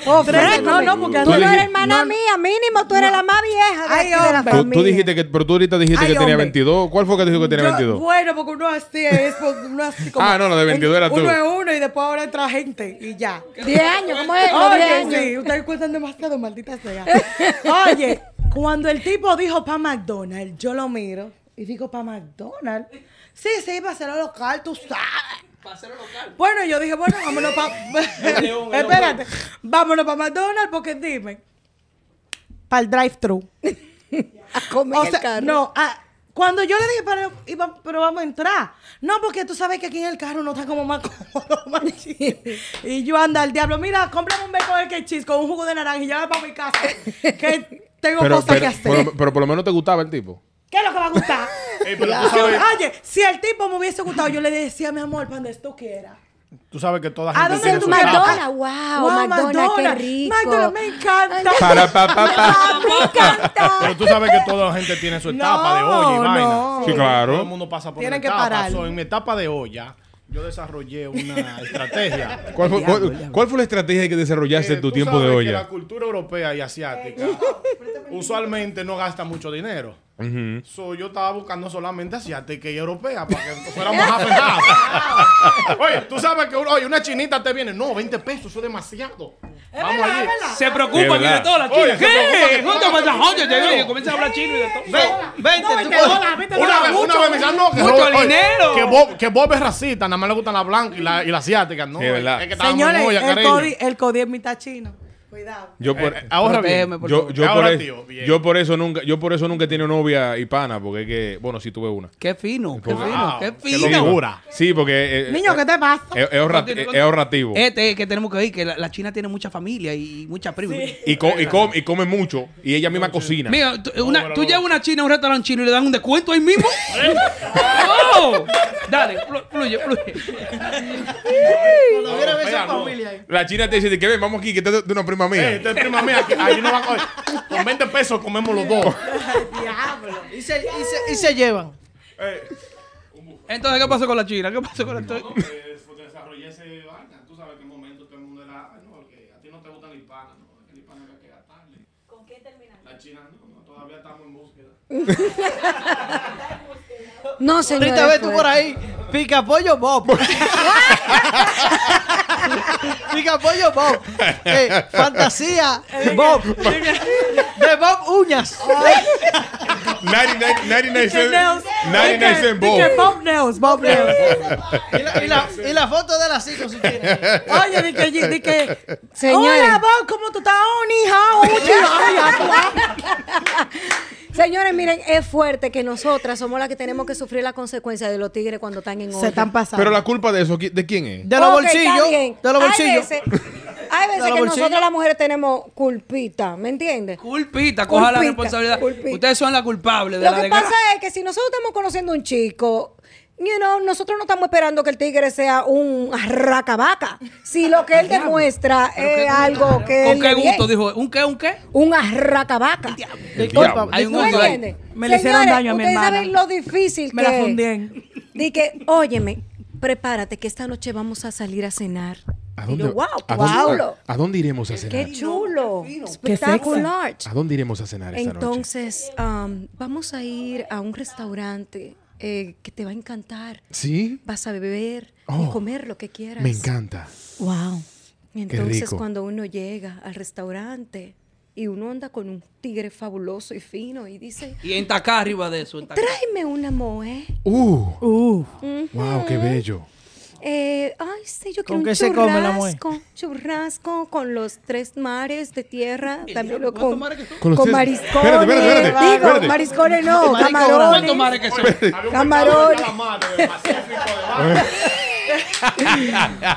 [SPEAKER 3] Ofréceme.
[SPEAKER 2] No, no, porque
[SPEAKER 3] tú no
[SPEAKER 1] así-
[SPEAKER 3] eres hermana mía, mínimo, tú eres la más vieja de,
[SPEAKER 2] Ay,
[SPEAKER 3] aquí de la
[SPEAKER 2] hombre.
[SPEAKER 1] Tú,
[SPEAKER 3] familia.
[SPEAKER 1] tú dijiste que tú ahorita dijiste
[SPEAKER 2] Ay,
[SPEAKER 1] que tenía
[SPEAKER 2] hombre.
[SPEAKER 1] 22. ¿Cuál fue que te dijo que tenía
[SPEAKER 2] Yo-
[SPEAKER 1] 22?
[SPEAKER 2] Bueno, porque uno así es, porque uno así como...
[SPEAKER 1] Ah, no, la de 22 era tú.
[SPEAKER 2] Uno es uno y después ahora entra gente y ya.
[SPEAKER 3] 10 años, ¿cómo es? Los 10
[SPEAKER 2] Oye,
[SPEAKER 3] años.
[SPEAKER 2] sí, ustedes cuentan demasiado, maldita sea. Oye, cuando el tipo dijo pa' McDonald's, yo lo miro y digo pa' McDonald's. Sí, sí, para hacerlo local, tú sabes. Bueno, yo dije, bueno, vámonos para. Espérate, vámonos para McDonald's porque dime. Para el drive-thru.
[SPEAKER 3] A comer
[SPEAKER 2] O
[SPEAKER 3] el
[SPEAKER 2] sea,
[SPEAKER 3] carro.
[SPEAKER 2] no, ah, cuando yo le dije, pero, iba- pero vamos a entrar. No, porque tú sabes que aquí en el carro no está como más (laughs) cómodo, más chill. Y yo anda al diablo, mira, cómprame un bacon que cheese con un jugo de naranja y llévame para mi casa. Que tengo
[SPEAKER 1] Pero,
[SPEAKER 2] cosas que
[SPEAKER 1] pero,
[SPEAKER 2] hacer.
[SPEAKER 1] por, lo- pero por lo menos te gustaba el tipo.
[SPEAKER 2] ¿Qué es lo que va a gustar?
[SPEAKER 4] Ey, pero tú sabes,
[SPEAKER 2] Oye, si el tipo me hubiese gustado, yo le decía, mi amor, cuando tú quieras.
[SPEAKER 4] tú sabes que toda
[SPEAKER 2] ¿A
[SPEAKER 4] gente
[SPEAKER 2] dónde
[SPEAKER 4] tiene
[SPEAKER 2] tú
[SPEAKER 4] su
[SPEAKER 2] me
[SPEAKER 4] etapa.
[SPEAKER 3] McDonald's, wow, Ah, McDonald's, qué rico.
[SPEAKER 2] McDonald's,
[SPEAKER 3] (laughs)
[SPEAKER 2] me encanta. (laughs)
[SPEAKER 1] Para, pa, pa, pa.
[SPEAKER 3] Ah, me
[SPEAKER 4] Pero
[SPEAKER 3] encanta.
[SPEAKER 4] tú sabes que toda gente tiene
[SPEAKER 2] (laughs)
[SPEAKER 4] su etapa de olla y
[SPEAKER 2] No,
[SPEAKER 4] vaina.
[SPEAKER 2] no.
[SPEAKER 1] Sí, claro.
[SPEAKER 4] Todo el mundo pasa por
[SPEAKER 2] Tienen
[SPEAKER 4] una
[SPEAKER 2] que
[SPEAKER 4] etapa.
[SPEAKER 2] parar.
[SPEAKER 4] So, en mi etapa de olla, yo desarrollé una estrategia.
[SPEAKER 1] ¿Cuál fue, cuál, cuál fue la estrategia que desarrollaste en tu
[SPEAKER 4] Eh, Tú
[SPEAKER 1] tiempo
[SPEAKER 4] sabes
[SPEAKER 1] de
[SPEAKER 4] que
[SPEAKER 1] olla?
[SPEAKER 2] Eh,
[SPEAKER 4] la cultura europea y asiática usualmente no gasta mucho dinero.
[SPEAKER 1] Ujú.
[SPEAKER 4] So, yo estaba buscando solamente asiática y europea para que fuera más
[SPEAKER 2] (laughs)
[SPEAKER 4] afectada. oye, tú sabes que oye, una chinita te viene. No, 20 pesos, eso es demasiado.
[SPEAKER 2] Es
[SPEAKER 4] Vamos
[SPEAKER 2] verdad,
[SPEAKER 4] allí.
[SPEAKER 2] es verdad.
[SPEAKER 5] Se
[SPEAKER 1] Es
[SPEAKER 5] preocupan y
[SPEAKER 1] verdad.
[SPEAKER 5] de todo la
[SPEAKER 4] Oye,
[SPEAKER 5] chica.
[SPEAKER 4] se preocupa que
[SPEAKER 5] ¿Qué?
[SPEAKER 4] tú
[SPEAKER 5] ¿Cuánto
[SPEAKER 4] hagas
[SPEAKER 5] más
[SPEAKER 4] tu
[SPEAKER 5] ajonte?
[SPEAKER 4] dinero.
[SPEAKER 5] Te digo, comienza a hablar chino y de todo.
[SPEAKER 7] Vente,
[SPEAKER 2] No,
[SPEAKER 7] tú puedes-
[SPEAKER 2] veinte dólares, veinte
[SPEAKER 4] Una
[SPEAKER 2] dólares,
[SPEAKER 4] vez, una
[SPEAKER 2] mucho,
[SPEAKER 4] vez me decían, no, que
[SPEAKER 5] mucho
[SPEAKER 4] Robert- oye,
[SPEAKER 5] dinero.
[SPEAKER 4] Que Bob, que Bob es racista, nada más le gustan las blancas y la, y la asiática. No,
[SPEAKER 1] Sí, es verdad.
[SPEAKER 4] que estábamos
[SPEAKER 2] Señores,
[SPEAKER 4] muy
[SPEAKER 2] el
[SPEAKER 4] yacareños.
[SPEAKER 2] Cody, el Cody es mitad chino. Cuidado.
[SPEAKER 1] Yo por,
[SPEAKER 4] Eh, ahora bien,
[SPEAKER 5] Protégeme, por
[SPEAKER 1] yo,
[SPEAKER 5] favor.
[SPEAKER 1] yo, por
[SPEAKER 4] Ahora,
[SPEAKER 1] es-
[SPEAKER 4] tío, bien.
[SPEAKER 1] yo por eso nunca, yo por eso nunca he tenido novia y pana, porque es que, bueno, sí tuve una.
[SPEAKER 5] Qué fino, qué
[SPEAKER 1] Wow,
[SPEAKER 5] fino, qué
[SPEAKER 4] qué
[SPEAKER 1] Sí,
[SPEAKER 5] fino.
[SPEAKER 4] locura.
[SPEAKER 1] Sí, porque eh,
[SPEAKER 2] Niño,
[SPEAKER 1] eh,
[SPEAKER 2] ¿qué te pasa?
[SPEAKER 1] es, es ahorra- es- es ahorrativo.
[SPEAKER 5] Este es que tenemos que ir, que la, la China tiene mucha familia y mucha prima.
[SPEAKER 1] Y, co-
[SPEAKER 4] Eh,
[SPEAKER 1] y com- y come mucho. Y ella misma cocina.
[SPEAKER 5] Mira, tú, una- tú llevas una china a un restaurante chino y le dan un descuento ahí (laughs) mismo. ¡Oh! Dale, flu- fluye, fluye.
[SPEAKER 4] No,
[SPEAKER 7] Hubiera veces
[SPEAKER 4] espera, no.
[SPEAKER 7] familia ahí.
[SPEAKER 1] La china te dice que ven, vamos aquí, que esta es de una prima mía.
[SPEAKER 4] Eh, esta es prima mía, que ahí no va a coger. Con 20 pesos comemos los dos.
[SPEAKER 2] Diablo.
[SPEAKER 7] Y se, y se- y se llevan.
[SPEAKER 5] Entonces, ¿qué pasó con la china? ¿Qué pasó con la china?
[SPEAKER 4] eh, porque desarrollé ese vaina. Tú sabes que en un momento todo el mundo era, "Ay, no, porque a ti no te gustan los panas, no, es que el hispano había que gastarle.
[SPEAKER 3] ¿Con qué terminaste?
[SPEAKER 4] La china, no, no, todavía estamos en búsqueda.
[SPEAKER 3] No, señor.
[SPEAKER 7] Ahorita ves tú por ahí. Pica pollo Bob.
[SPEAKER 3] (laughs)
[SPEAKER 7] Pica pollo Bob. Eh, fantasía
[SPEAKER 3] Eh, (laughs)
[SPEAKER 7] Bob. De Bob Uñas.
[SPEAKER 1] 99 99 cents.
[SPEAKER 2] Nails.
[SPEAKER 1] 99
[SPEAKER 2] Dije-
[SPEAKER 1] cents, Bob.
[SPEAKER 2] dije Bob Nails, Bob Nails.
[SPEAKER 7] Y la, y la- y la foto de la
[SPEAKER 3] (laughs)
[SPEAKER 7] cinco si tienes. ahí.
[SPEAKER 2] Oye, di que, di que,
[SPEAKER 3] Señores.
[SPEAKER 2] Hola, Bob, ¿cómo tú estás? Oh, ni hao, mucho. Ay, ya tú vas.
[SPEAKER 3] Señores, miren, es fuerte que nosotras somos las que tenemos que sufrir las consecuencias de los tigres cuando están en
[SPEAKER 2] Se están pasando.
[SPEAKER 1] Pero la culpa de eso, ¿qui- ¿de quién es?
[SPEAKER 7] De los
[SPEAKER 3] Ok, está
[SPEAKER 7] bolsillos.
[SPEAKER 3] bien.
[SPEAKER 7] De los
[SPEAKER 3] Hay
[SPEAKER 7] bolsillos.
[SPEAKER 3] veces, hay veces
[SPEAKER 7] los
[SPEAKER 3] que
[SPEAKER 7] bolsillos.
[SPEAKER 3] nosotras las mujeres tenemos culpita, ¿me entiendes?
[SPEAKER 5] Culpita, coja la
[SPEAKER 3] Culpita,
[SPEAKER 5] responsabilidad.
[SPEAKER 3] culpita.
[SPEAKER 5] Ustedes son la culpable de
[SPEAKER 3] Lo
[SPEAKER 5] la
[SPEAKER 3] que
[SPEAKER 5] desgracia.
[SPEAKER 3] pasa es que si nosotros estamos conociendo a un chico, you know, nosotros no estamos esperando que el tigre sea un arracabaca. Si lo que él demuestra es algo que
[SPEAKER 5] ¿Con
[SPEAKER 3] él
[SPEAKER 5] qué
[SPEAKER 3] le
[SPEAKER 5] gusto?
[SPEAKER 3] viene,
[SPEAKER 5] Dijo, ¿un qué, un qué?
[SPEAKER 3] un arracabaca.
[SPEAKER 1] diablo.
[SPEAKER 7] Disculpa.
[SPEAKER 5] Hay un
[SPEAKER 3] ¿No
[SPEAKER 5] gusto ahí.
[SPEAKER 3] entiendes?
[SPEAKER 2] Me le hicieron
[SPEAKER 3] Señores,
[SPEAKER 2] daño a mi
[SPEAKER 3] ustedes
[SPEAKER 2] hermana.
[SPEAKER 3] saben lo difícil
[SPEAKER 2] Me
[SPEAKER 3] que
[SPEAKER 2] la
[SPEAKER 3] es.
[SPEAKER 2] fundí en-
[SPEAKER 3] Di que, óyeme, prepárate que esta noche vamos a salir a cenar.
[SPEAKER 1] ¿A
[SPEAKER 3] Y yo, wow,
[SPEAKER 1] a dónde-
[SPEAKER 3] Paulo,
[SPEAKER 1] a- a dónde iremos a
[SPEAKER 3] qué chulo,
[SPEAKER 2] Qué sexy.
[SPEAKER 3] espectacular.
[SPEAKER 1] ¿A dónde iremos a cenar esta Ah, noche?
[SPEAKER 3] Entonces, am, vamos a ir a un restaurante eh, que te va a encantar.
[SPEAKER 1] ¿Sí?
[SPEAKER 3] Vas a beber
[SPEAKER 1] Oh,
[SPEAKER 3] y comer lo que quieras.
[SPEAKER 1] Me encanta.
[SPEAKER 3] Wow. Entonces,
[SPEAKER 1] rico.
[SPEAKER 3] cuando uno llega al restaurante y uno anda con un tigre fabuloso y fino y dice,
[SPEAKER 5] Y en tacá arriba de eso. en tacá.
[SPEAKER 3] tráeme una moe.
[SPEAKER 1] Uh,
[SPEAKER 2] Uh,
[SPEAKER 1] wow, qué bello.
[SPEAKER 3] Eh, ay, sí, yo
[SPEAKER 7] ¿Con
[SPEAKER 3] quiero un
[SPEAKER 7] qué se
[SPEAKER 3] churrasco,
[SPEAKER 7] come la moe?
[SPEAKER 3] churrasco con los tres mares de tierra, también lo
[SPEAKER 5] ¿Cuántos
[SPEAKER 3] con,
[SPEAKER 5] mares que son?
[SPEAKER 1] Con los
[SPEAKER 3] con
[SPEAKER 1] tres-
[SPEAKER 3] mariscones,
[SPEAKER 1] Espérate, espérate, espérate,
[SPEAKER 3] digo,
[SPEAKER 1] espérate.
[SPEAKER 3] mariscones no,
[SPEAKER 7] Marisco,
[SPEAKER 5] ¿Cuántos
[SPEAKER 3] camarones,
[SPEAKER 5] mares que son?
[SPEAKER 4] Había un
[SPEAKER 3] Camarón.
[SPEAKER 4] pescado de calamar del Pacífico de Baja.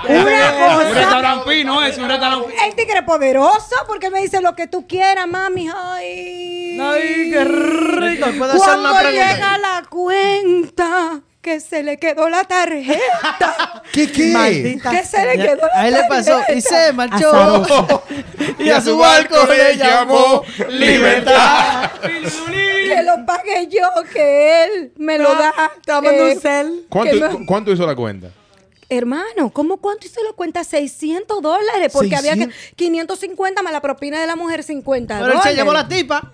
[SPEAKER 3] una
[SPEAKER 5] Un
[SPEAKER 3] cosa.
[SPEAKER 5] restaurampino es un restaurampino.
[SPEAKER 3] El tigre poderoso, porque me dice lo que tú quieras, mami. Ay,
[SPEAKER 7] Ay, qué rico. Puedo hacer
[SPEAKER 3] Cuando
[SPEAKER 7] una pregunta.
[SPEAKER 3] llega la cuenta, que se le quedó la tarjeta.
[SPEAKER 1] ¿Qué qué?
[SPEAKER 2] maldita.
[SPEAKER 3] que se le
[SPEAKER 7] Ya,
[SPEAKER 3] quedó la
[SPEAKER 7] A él le pasó
[SPEAKER 3] tarjeta.
[SPEAKER 7] y se marchó.
[SPEAKER 1] Azaroso.
[SPEAKER 7] (laughs) y a su barco le llamó
[SPEAKER 1] Libertad.
[SPEAKER 3] Que lo pagué yo, que él me lo da.
[SPEAKER 2] Está mandando
[SPEAKER 3] eh,
[SPEAKER 2] un cel.
[SPEAKER 1] ¿Cuánto,
[SPEAKER 3] que no-
[SPEAKER 1] cu- cuánto hizo la cuenta?
[SPEAKER 3] Hermano, ¿cómo cuánto hizo la cuenta? 600 dólares, porque había que 550 más la propina de la mujer 50
[SPEAKER 7] Pero él se
[SPEAKER 3] dólares.
[SPEAKER 7] llevó la tipa.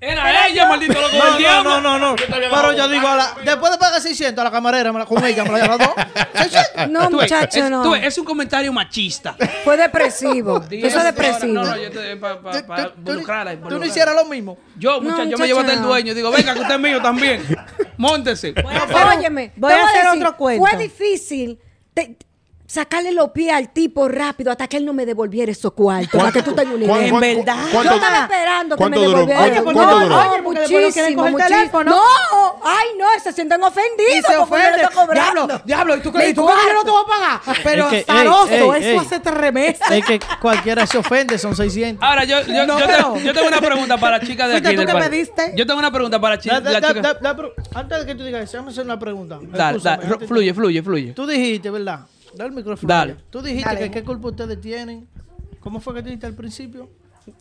[SPEAKER 5] Era ella, maldito loco del
[SPEAKER 7] No,
[SPEAKER 5] diablo.
[SPEAKER 7] no, no, no. Pero yo digo, a la- después de pagar 600 a la camarera, me la, con ella, me la llevo a las
[SPEAKER 5] (laughs)
[SPEAKER 7] dos. 600.
[SPEAKER 3] No,
[SPEAKER 5] Tú ves,
[SPEAKER 3] muchacho,
[SPEAKER 5] es-
[SPEAKER 3] no.
[SPEAKER 5] tú ves, es un comentario machista.
[SPEAKER 3] Fue depresivo. Eso es depresivo.
[SPEAKER 5] No, no, yo eh, te. Para
[SPEAKER 7] Tú- tú- tú-
[SPEAKER 5] involucrarla.
[SPEAKER 7] Tú no hicieras lo mismo.
[SPEAKER 5] Yo,
[SPEAKER 3] No,
[SPEAKER 5] muchacho, yo me llevo hasta el
[SPEAKER 3] muchacho.
[SPEAKER 5] dueño. Digo, venga, que usted es
[SPEAKER 3] (laughs)
[SPEAKER 5] mío también. Móntese.
[SPEAKER 3] No,
[SPEAKER 2] hacer
[SPEAKER 3] pero
[SPEAKER 2] un-
[SPEAKER 3] óyeme,
[SPEAKER 2] voy
[SPEAKER 3] te
[SPEAKER 2] a hacer
[SPEAKER 3] decir,
[SPEAKER 2] otro cuento.
[SPEAKER 3] Fue difícil te- sacarle los pies al tipo rápido hasta que él no me devolviera esos cuartos. Para que tú tengas una
[SPEAKER 1] ¿Cuán-
[SPEAKER 3] idea.
[SPEAKER 2] En
[SPEAKER 1] cuán-
[SPEAKER 2] verdad.
[SPEAKER 1] cu- cuánto-
[SPEAKER 3] Yo estaba esperando que me
[SPEAKER 1] cuánto duró?
[SPEAKER 3] devolviera.
[SPEAKER 1] Oye, ¿cuánto
[SPEAKER 3] no,
[SPEAKER 1] duró?
[SPEAKER 3] no,
[SPEAKER 2] Oye, porque después lo quieren
[SPEAKER 3] muchísimo,
[SPEAKER 2] coger el
[SPEAKER 3] muchísimo.
[SPEAKER 2] teléfono.
[SPEAKER 3] No, ay, no, se sienten
[SPEAKER 7] Y
[SPEAKER 3] ofendidos.
[SPEAKER 7] se
[SPEAKER 3] porque yo le estoy
[SPEAKER 7] ofenden.
[SPEAKER 3] cobrando.
[SPEAKER 7] Diablo, diablo, ¿y tú qué-
[SPEAKER 3] Mi
[SPEAKER 7] y tú
[SPEAKER 2] ¿Cómo que yo no
[SPEAKER 3] cuarto.
[SPEAKER 2] te voy a pagar? Pero
[SPEAKER 7] Es que, ey,
[SPEAKER 2] azaroso,
[SPEAKER 7] ey,
[SPEAKER 2] eso
[SPEAKER 7] ey.
[SPEAKER 2] hace tres meses.
[SPEAKER 7] Es que cualquiera se ofende, son 600.
[SPEAKER 5] Ahora, yo, yo,
[SPEAKER 2] No,
[SPEAKER 5] yo,
[SPEAKER 2] pero-
[SPEAKER 5] te- yo tengo una pregunta para la chica de
[SPEAKER 2] Fuiste
[SPEAKER 5] aquí.
[SPEAKER 2] tú
[SPEAKER 5] del
[SPEAKER 2] que
[SPEAKER 5] patio.
[SPEAKER 2] pediste.
[SPEAKER 5] Yo tengo una pregunta para chi-
[SPEAKER 7] Da- da-
[SPEAKER 5] la
[SPEAKER 7] da-
[SPEAKER 5] chica.
[SPEAKER 7] da- da- pero antes de que tú digas eso, vamos a hacer una pregunta.
[SPEAKER 5] Dale,
[SPEAKER 7] Excúsame,
[SPEAKER 5] dale,
[SPEAKER 7] antes
[SPEAKER 5] ro-
[SPEAKER 7] de-
[SPEAKER 5] fluye, fluye, fluye.
[SPEAKER 7] Tú dijiste, ¿verdad? Da el micrófono.
[SPEAKER 5] Dale.
[SPEAKER 7] Tú dijiste
[SPEAKER 2] Dale.
[SPEAKER 7] que qué culpa ustedes tienen. ¿Cómo fue que tú dijiste al principio?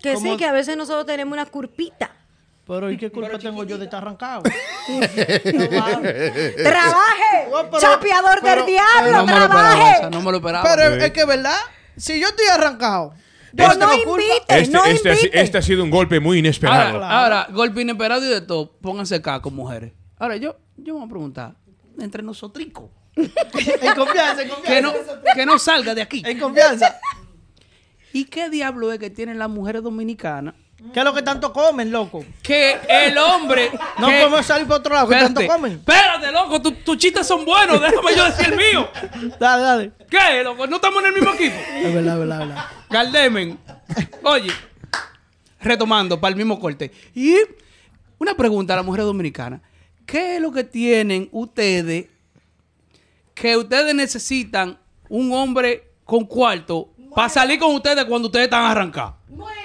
[SPEAKER 3] Que
[SPEAKER 7] ¿Cómo?
[SPEAKER 3] sí, que a veces nosotros tenemos una curpita.
[SPEAKER 7] Pero ¿y qué culpa tengo yo de estar (laughs) arrancado?
[SPEAKER 3] ¡Trabaje!
[SPEAKER 7] No, pero-
[SPEAKER 3] Eh, ¡Chapeador
[SPEAKER 7] pero-
[SPEAKER 3] del diablo!
[SPEAKER 5] no me lo
[SPEAKER 3] ¡Trabaje!
[SPEAKER 5] esperaba, o sea, no me lo esperaba.
[SPEAKER 7] Pero es que, ¿verdad? Si yo estoy arrancado
[SPEAKER 3] Pero
[SPEAKER 1] Este-
[SPEAKER 3] no
[SPEAKER 7] tengo culpa.
[SPEAKER 3] invite,
[SPEAKER 1] Este,
[SPEAKER 3] no
[SPEAKER 1] este, ha si-
[SPEAKER 3] invite.
[SPEAKER 1] este ha sido un golpe muy
[SPEAKER 5] Ahora,
[SPEAKER 1] inesperado.
[SPEAKER 5] ahora, golpe inesperado y de todo, pónganse caco, mujeres. Ahora, yo, yo me voy a preguntar, entre nosotrico,
[SPEAKER 7] (laughs) En confianza, en confianza.
[SPEAKER 5] que no, que no salga de aquí.
[SPEAKER 7] En confianza.
[SPEAKER 5] ¿Y qué diablo es que tienen las mujeres dominicanas?
[SPEAKER 7] ¿Qué es lo que tanto comen, loco?
[SPEAKER 5] Que el hombre...
[SPEAKER 7] No
[SPEAKER 5] que-
[SPEAKER 7] podemos salir por otro lado, que tanto
[SPEAKER 5] Espérate,
[SPEAKER 7] comen.
[SPEAKER 5] espérate, loco, tu- tus chistes son buenos, déjame yo decir el mío.
[SPEAKER 7] Dale, dale.
[SPEAKER 5] ¿Qué, loco? ¿No estamos en el mismo equipo?
[SPEAKER 7] Es verdad, es verdad, es verdad.
[SPEAKER 5] Galdemen. Oye, retomando para el mismo corte. Y una pregunta a la mujer dominicana. ¿Qué es lo que tienen ustedes que ustedes necesitan un hombre con cuarto para salir con ustedes cuando ustedes están arrancados?
[SPEAKER 2] (laughs)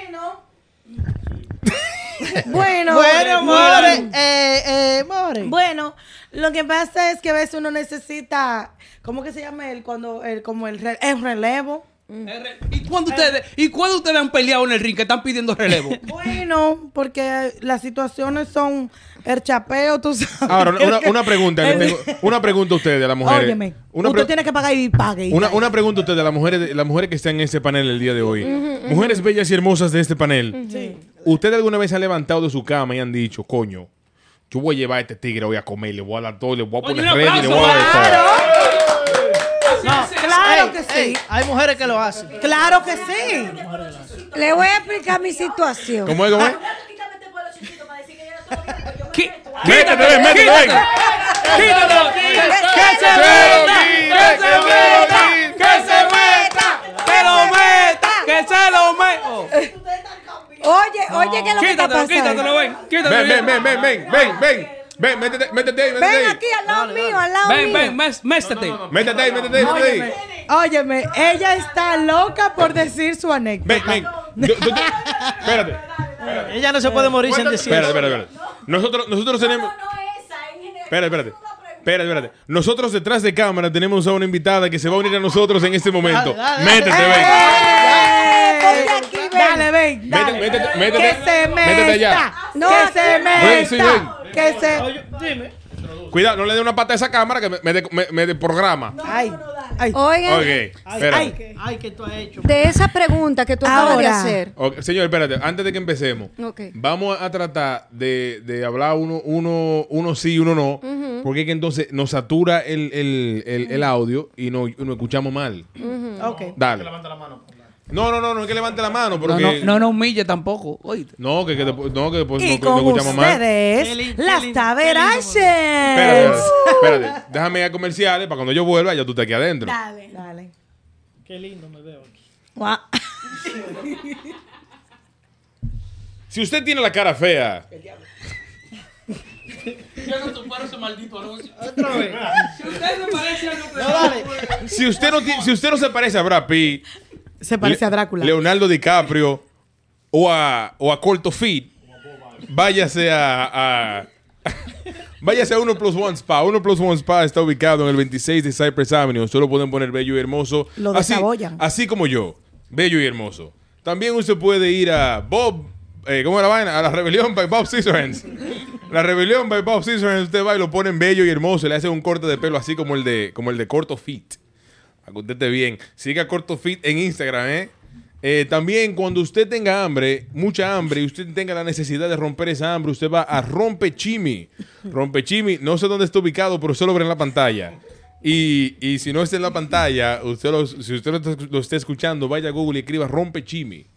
[SPEAKER 3] Bueno,
[SPEAKER 2] Bueno,
[SPEAKER 7] Bueno, more,
[SPEAKER 5] bueno.
[SPEAKER 7] eh, eh, more.
[SPEAKER 2] bueno, lo que pasa es que a veces uno necesita, ¿cómo que se llama el cuando el como el, re- el relevo?
[SPEAKER 3] Mm.
[SPEAKER 5] ¿Y cuando ustedes, ¿Y cuándo ustedes han peleado en el ring que están
[SPEAKER 3] (laughs)
[SPEAKER 5] pidiendo relevo?
[SPEAKER 2] Bueno, porque las situaciones son el chapeo, tú sabes.
[SPEAKER 1] Ahora,
[SPEAKER 2] (laughs)
[SPEAKER 1] una,
[SPEAKER 2] El que-
[SPEAKER 1] una pregunta que
[SPEAKER 2] el-
[SPEAKER 1] tengo- una pregunta a ustedes, a las mujeres.
[SPEAKER 2] Óyeme,
[SPEAKER 1] Una
[SPEAKER 2] usted
[SPEAKER 1] pre-
[SPEAKER 2] tiene que pagar y pague. y
[SPEAKER 1] Una,
[SPEAKER 2] pague.
[SPEAKER 1] una pregunta a ustedes, las mujeres, las mujeres que están en este panel el día de hoy. Mujeres bellas y hermosas de este panel. ¿Ustedes alguna vez se han levantado de su cama y han dicho, coño, yo voy a llevar a este tigre, voy a comer, le voy a dar todo, le voy a
[SPEAKER 5] Oye,
[SPEAKER 1] poner
[SPEAKER 5] un
[SPEAKER 1] red y le
[SPEAKER 5] aplauso,
[SPEAKER 1] voy a besar?
[SPEAKER 7] No,
[SPEAKER 2] Claro
[SPEAKER 7] ey,
[SPEAKER 2] que sí.
[SPEAKER 7] ey, hay mujeres que lo hacen.
[SPEAKER 2] Claro que sí.
[SPEAKER 3] le voy a explicar mi situación.
[SPEAKER 1] ¿Cómo es, cómo es?
[SPEAKER 5] Qui-
[SPEAKER 1] Métete, ven, métete, ven.
[SPEAKER 5] quítatelo, quítatelo.
[SPEAKER 3] Eh,
[SPEAKER 5] ¡Que
[SPEAKER 1] ¡Que
[SPEAKER 5] se meta! ¡Que se meta! ¡Que se meta! ¡Que lo meta! ¡Que se lo meta! Oh.
[SPEAKER 3] Oye, oye, ¿qué es lo que está
[SPEAKER 5] Quítatelo, quítatelo,
[SPEAKER 3] pasando?
[SPEAKER 5] ven.
[SPEAKER 1] Ven,
[SPEAKER 5] Quítatelo.
[SPEAKER 1] ven, ven, ven, ven, ven, ven. Ven, métete, métete, ahí, métete.
[SPEAKER 3] Ven
[SPEAKER 1] ahí.
[SPEAKER 3] aquí al lado mío, al lado
[SPEAKER 5] Ven,
[SPEAKER 3] mío.
[SPEAKER 5] ven, mes- métete.
[SPEAKER 1] Métete ahí, métete, ahí, métete. ahí.
[SPEAKER 2] Óyeme, ella está loca por decir su anécdota.
[SPEAKER 1] Ven, ven. Yo- yo- yo- Espérate.
[SPEAKER 7] Ella no se puede morir sin decir
[SPEAKER 1] Espérate,
[SPEAKER 7] eso.
[SPEAKER 1] espérate, espérate. Nosotros, nosotros tenemos. Espérate, espérate. Espérate, espérate. Nosotros detrás de cámara tenemos a una invitada que se va a unir a nosotros en este momento.
[SPEAKER 7] Dale, dale, dale.
[SPEAKER 1] Métete,
[SPEAKER 2] ¡Eh!
[SPEAKER 3] Ponte aquí, ven.
[SPEAKER 2] Dale, ven.
[SPEAKER 1] Métete,
[SPEAKER 2] dale.
[SPEAKER 1] métete, métete.
[SPEAKER 2] Que se meta.
[SPEAKER 1] Métete allá.
[SPEAKER 3] No,
[SPEAKER 2] que
[SPEAKER 3] aquí
[SPEAKER 2] se
[SPEAKER 3] no.
[SPEAKER 2] meta.
[SPEAKER 1] Ven, sí, ven.
[SPEAKER 2] Que se.
[SPEAKER 1] ven. Cuidado, no le dé una pata a esa cámara que me, me de- me- me de programa.
[SPEAKER 2] Ay. Ay.
[SPEAKER 7] Oh.
[SPEAKER 3] Oigan,
[SPEAKER 1] Ok,
[SPEAKER 2] Ay,
[SPEAKER 1] espérate.
[SPEAKER 2] que-
[SPEAKER 7] Ay, que tú has hecho.
[SPEAKER 3] de esa pregunta que tú acabas de
[SPEAKER 2] Ahora.
[SPEAKER 3] hacer.
[SPEAKER 1] Ok, señor, espérate, antes de que empecemos,
[SPEAKER 3] Ok.
[SPEAKER 1] vamos a tratar de, de hablar uno, uno, uno sí y uno no, porque es que entonces nos satura el, el, el, el audio y no- y nos escuchamos mal.
[SPEAKER 2] Ok.
[SPEAKER 1] Dale. No, no, no, no es que levante la mano,
[SPEAKER 5] No, no,
[SPEAKER 1] porque...
[SPEAKER 5] no, no humille tampoco. Oíste.
[SPEAKER 1] No, que, que después, no, que después
[SPEAKER 2] Y
[SPEAKER 1] no, no
[SPEAKER 2] con
[SPEAKER 1] escuchamos mal.
[SPEAKER 7] Qué
[SPEAKER 2] ustedes,
[SPEAKER 7] lindo, qué lindo,
[SPEAKER 2] las
[SPEAKER 7] qué lindo,
[SPEAKER 2] Taveraches.
[SPEAKER 1] Espérate, espérate, espérate. Déjame ir a comerciales para cuando yo vuelva ya tú estás aquí adentro.
[SPEAKER 2] Dale. Dale.
[SPEAKER 7] Qué lindo me veo aquí.
[SPEAKER 2] Gua-
[SPEAKER 1] Si usted tiene la cara fea,
[SPEAKER 5] Yo no supero ese maldito anuncio.
[SPEAKER 7] Otra vez.
[SPEAKER 5] Si ustedes me parecen
[SPEAKER 7] No, dale.
[SPEAKER 1] si usted no, ti- si usted no se parece a Brad Pitt,
[SPEAKER 2] Se parece
[SPEAKER 1] Le-
[SPEAKER 2] a Drácula.
[SPEAKER 1] Leonardo DiCaprio o a, o a Corto Feet, váyase a, (laughs) a- váyase a 1 Plus One Spa. 1 Plus One Spa está ubicado en el 26 de Cypress Avenue. Solo pueden poner bello y hermoso.
[SPEAKER 2] Lo
[SPEAKER 1] así,
[SPEAKER 2] desabollan.
[SPEAKER 1] así como yo, bello y hermoso. También usted puede ir a Bob, eh, ¿cómo era la vaina? A la Rebelión by Bob Scissorhands. La Rebelión by Bob Scissorhands. Usted va y lo ponen bello y hermoso. Le hacen un corte de pelo así como el de, como el de Corto Feet. Para que usted esté bien. Siga Corto Fit en Instagram, ¿eh? Eh, también cuando usted tenga hambre, mucha hambre, y usted tenga la necesidad de romper esa hambre, usted va a Rompechimi. Rompechimi, no sé dónde está ubicado, pero usted lo ve en la pantalla. Y, y si no está en la pantalla, usted lo- si usted lo, está- lo está escuchando, vaya a Google y escriba Rompechimi.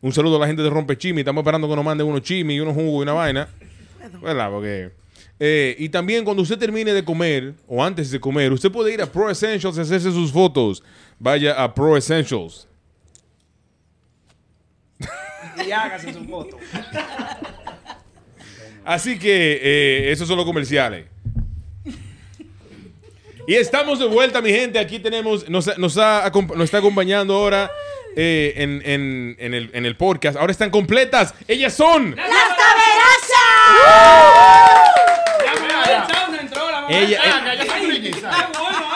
[SPEAKER 1] Un saludo a la gente de Rompechimi. Estamos esperando que nos manden unos chimis y unos jugos y una vaina. ¿Verdad? ah, Porque. eh, y también cuando usted termine de comer o antes de comer, usted puede ir a Pro Essentials y hacerse sus fotos. Vaya a Pro Essentials.
[SPEAKER 6] Y hágase su foto.
[SPEAKER 1] (laughs) Así que eh, esos son los comerciales. Y estamos de vuelta, mi gente. Aquí tenemos, nos, nos ha acom- nos está acompañando ahora eh, en, en- en el, en el podcast. Ahora están completas. Ellas son.
[SPEAKER 3] ¡Las taberachas!
[SPEAKER 1] Ella-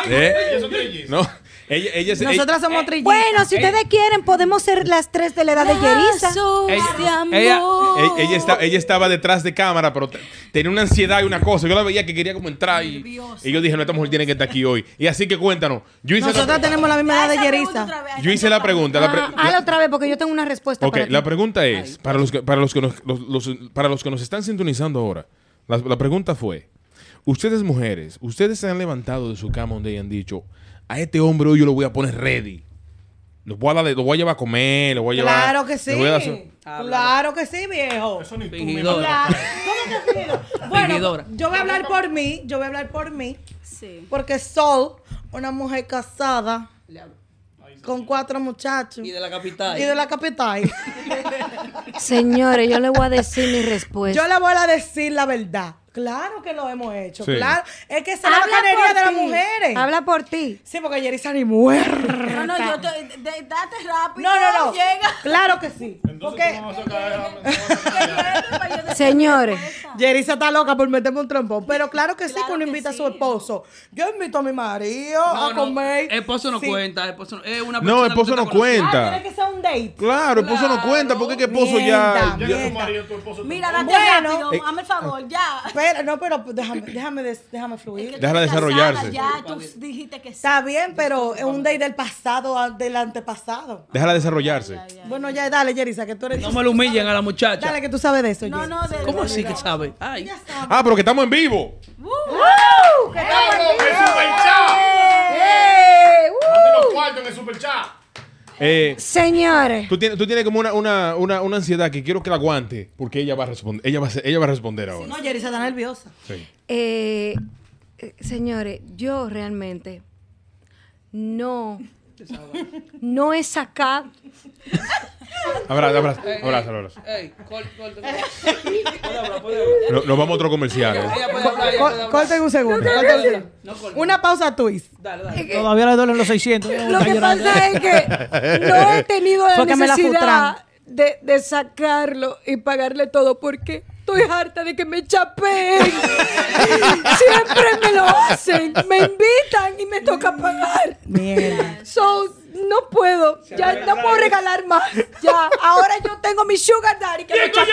[SPEAKER 1] ¿Eh? No, ella- ellas-
[SPEAKER 2] Nosotras
[SPEAKER 1] eh,
[SPEAKER 2] somos trillizas.
[SPEAKER 3] Bueno, si ustedes quieren, podemos ser las tres de la edad de Yeriza.
[SPEAKER 5] Ella- de amor.
[SPEAKER 3] Ah,
[SPEAKER 1] e- ella, esta- ella estaba detrás de cámara, pero te- tenía una ansiedad y una cosa. Yo la veía que quería como entrar y,
[SPEAKER 3] Nerviosa.
[SPEAKER 1] y yo dije, no, esta mujer tiene que estar aquí hoy. Y así que cuéntanos. Yo hice,
[SPEAKER 2] Nosotras
[SPEAKER 1] la,
[SPEAKER 2] tenemos la misma edad de Yerisa.
[SPEAKER 1] yo hice la pregunta. la pre-
[SPEAKER 3] Ah, hazla otra vez porque yo tengo una respuesta
[SPEAKER 1] Ok,
[SPEAKER 3] para ti.
[SPEAKER 1] la pregunta es, para los, que, para, los que nos, los- los- para los que nos están sintonizando ahora, la, la pregunta fue, ustedes mujeres, ustedes se han levantado de su cama un día y han dicho, a este hombre hoy yo lo voy a poner ready. Lo voy a, darle- lo voy a llevar a comer, lo voy a llevar...
[SPEAKER 2] Claro que
[SPEAKER 1] le
[SPEAKER 2] sí.
[SPEAKER 1] voy a dar su-
[SPEAKER 2] Claro que sí, viejo.
[SPEAKER 4] Eso ni tú
[SPEAKER 5] Fingidora.
[SPEAKER 4] mismo.
[SPEAKER 2] Claro. ¿Cómo que fingidora?
[SPEAKER 5] Fingidora.
[SPEAKER 2] Bueno, yo voy a hablar por mí, yo voy a hablar por mí,
[SPEAKER 3] Sí.
[SPEAKER 2] porque Sol, una mujer casada con cuatro muchachos
[SPEAKER 5] Y de la capital.
[SPEAKER 2] y de la capital,
[SPEAKER 3] Señores, yo le voy a decir mi respuesta.
[SPEAKER 2] yo le voy a decir la verdad. Claro que lo hemos hecho,
[SPEAKER 1] Sí.
[SPEAKER 2] claro. Es que esa es la bacanería de las mujeres.
[SPEAKER 3] Habla por ti.
[SPEAKER 2] Sí, porque Yerisa ni muerta.
[SPEAKER 8] No, no, yo te, de- date rápido.
[SPEAKER 2] No, no,
[SPEAKER 1] (laughs)
[SPEAKER 2] no.
[SPEAKER 8] Llega.
[SPEAKER 2] Claro que sí.
[SPEAKER 4] Entonces,
[SPEAKER 2] Porque
[SPEAKER 4] ¿cómo vas a caer a- cómo vas a caer?
[SPEAKER 8] (laughs)
[SPEAKER 3] Señores.
[SPEAKER 2] Yerisa está loca por meterme un trompón. Pero claro que sí que uno invita a su esposo. Yo invito a mi marido
[SPEAKER 5] No,
[SPEAKER 2] a
[SPEAKER 5] no,
[SPEAKER 2] comer.
[SPEAKER 5] Esposo no
[SPEAKER 2] Sí.
[SPEAKER 5] cuenta. Esposo no, es una
[SPEAKER 1] No,
[SPEAKER 5] persona
[SPEAKER 1] esposo
[SPEAKER 5] que
[SPEAKER 1] no
[SPEAKER 5] usted conoce.
[SPEAKER 2] Ah,
[SPEAKER 1] cuenta.
[SPEAKER 2] tiene que ser un date.
[SPEAKER 1] Claro, esposo no
[SPEAKER 5] Claro.
[SPEAKER 1] cuenta, porque que esposo ya... ya-
[SPEAKER 4] Llega
[SPEAKER 2] Mierda,
[SPEAKER 4] tu
[SPEAKER 2] mierda.
[SPEAKER 4] marido, tu esposo, tu
[SPEAKER 8] Mira,
[SPEAKER 4] esposo.
[SPEAKER 8] date
[SPEAKER 2] Bueno.
[SPEAKER 8] rápido.
[SPEAKER 1] Eh.
[SPEAKER 8] Hazme el favor, ya.
[SPEAKER 2] Pero, no, pero déjame, déjame, des- déjame fluir.
[SPEAKER 1] eh, Déjala
[SPEAKER 8] Tú estás
[SPEAKER 1] desarrollarse.
[SPEAKER 8] casada, Ya, tú dijiste que sí.
[SPEAKER 2] Está bien, pero es un date del pasado, a- del antepasado.
[SPEAKER 1] Déjala desarrollarse.
[SPEAKER 2] Bueno, ya dale, Yerisa, que tú eres.
[SPEAKER 5] No me lo humillen a la muchacha.
[SPEAKER 2] Dale, que tú sabes de eso.
[SPEAKER 8] No, no, de.
[SPEAKER 5] ¿Cómo
[SPEAKER 8] de-
[SPEAKER 5] así que sabe? Ay.
[SPEAKER 1] Ah, pero que estamos en vivo.
[SPEAKER 4] En el superchat.
[SPEAKER 3] uh.
[SPEAKER 4] Manden los cuartos en el superchat.
[SPEAKER 1] Eh,
[SPEAKER 3] Señores.
[SPEAKER 1] tú, tienes, tú tienes como una, una, una, una ansiedad que quiero que la aguante, porque ella va a responder, ella va a, ser- ella va a responder ahora.
[SPEAKER 2] No, Yerisa está nerviosa.
[SPEAKER 1] Sí.
[SPEAKER 3] Eh, eh, señores, yo realmente no, no he sacado,
[SPEAKER 1] Abraza, abraza, abraza, abraza.
[SPEAKER 5] Ey, corta, corta.
[SPEAKER 1] No- Nos vamos a otro comercial. ¿eh?
[SPEAKER 5] Ella puede hablar, ella puede hablar.
[SPEAKER 2] Corten un segundo.
[SPEAKER 5] No corta.
[SPEAKER 2] Una pausa twist.
[SPEAKER 5] Dale, dale.
[SPEAKER 3] es que-
[SPEAKER 7] Todavía le duelen los 600.
[SPEAKER 3] lo que pasa es que no he tenido la
[SPEAKER 2] Fue que me la
[SPEAKER 3] necesidad
[SPEAKER 2] frustran.
[SPEAKER 3] de, de sacarlo y pagarle todo porque estoy harta de que me
[SPEAKER 8] (laughs)
[SPEAKER 3] chapeen. Siempre me lo hacen, me invitan y me toca pagar.
[SPEAKER 2] Mierda.
[SPEAKER 3] So, no puedo, ya no puedo regalar más. Ya, ahora yo tengo mi sugar daddy que me chapea.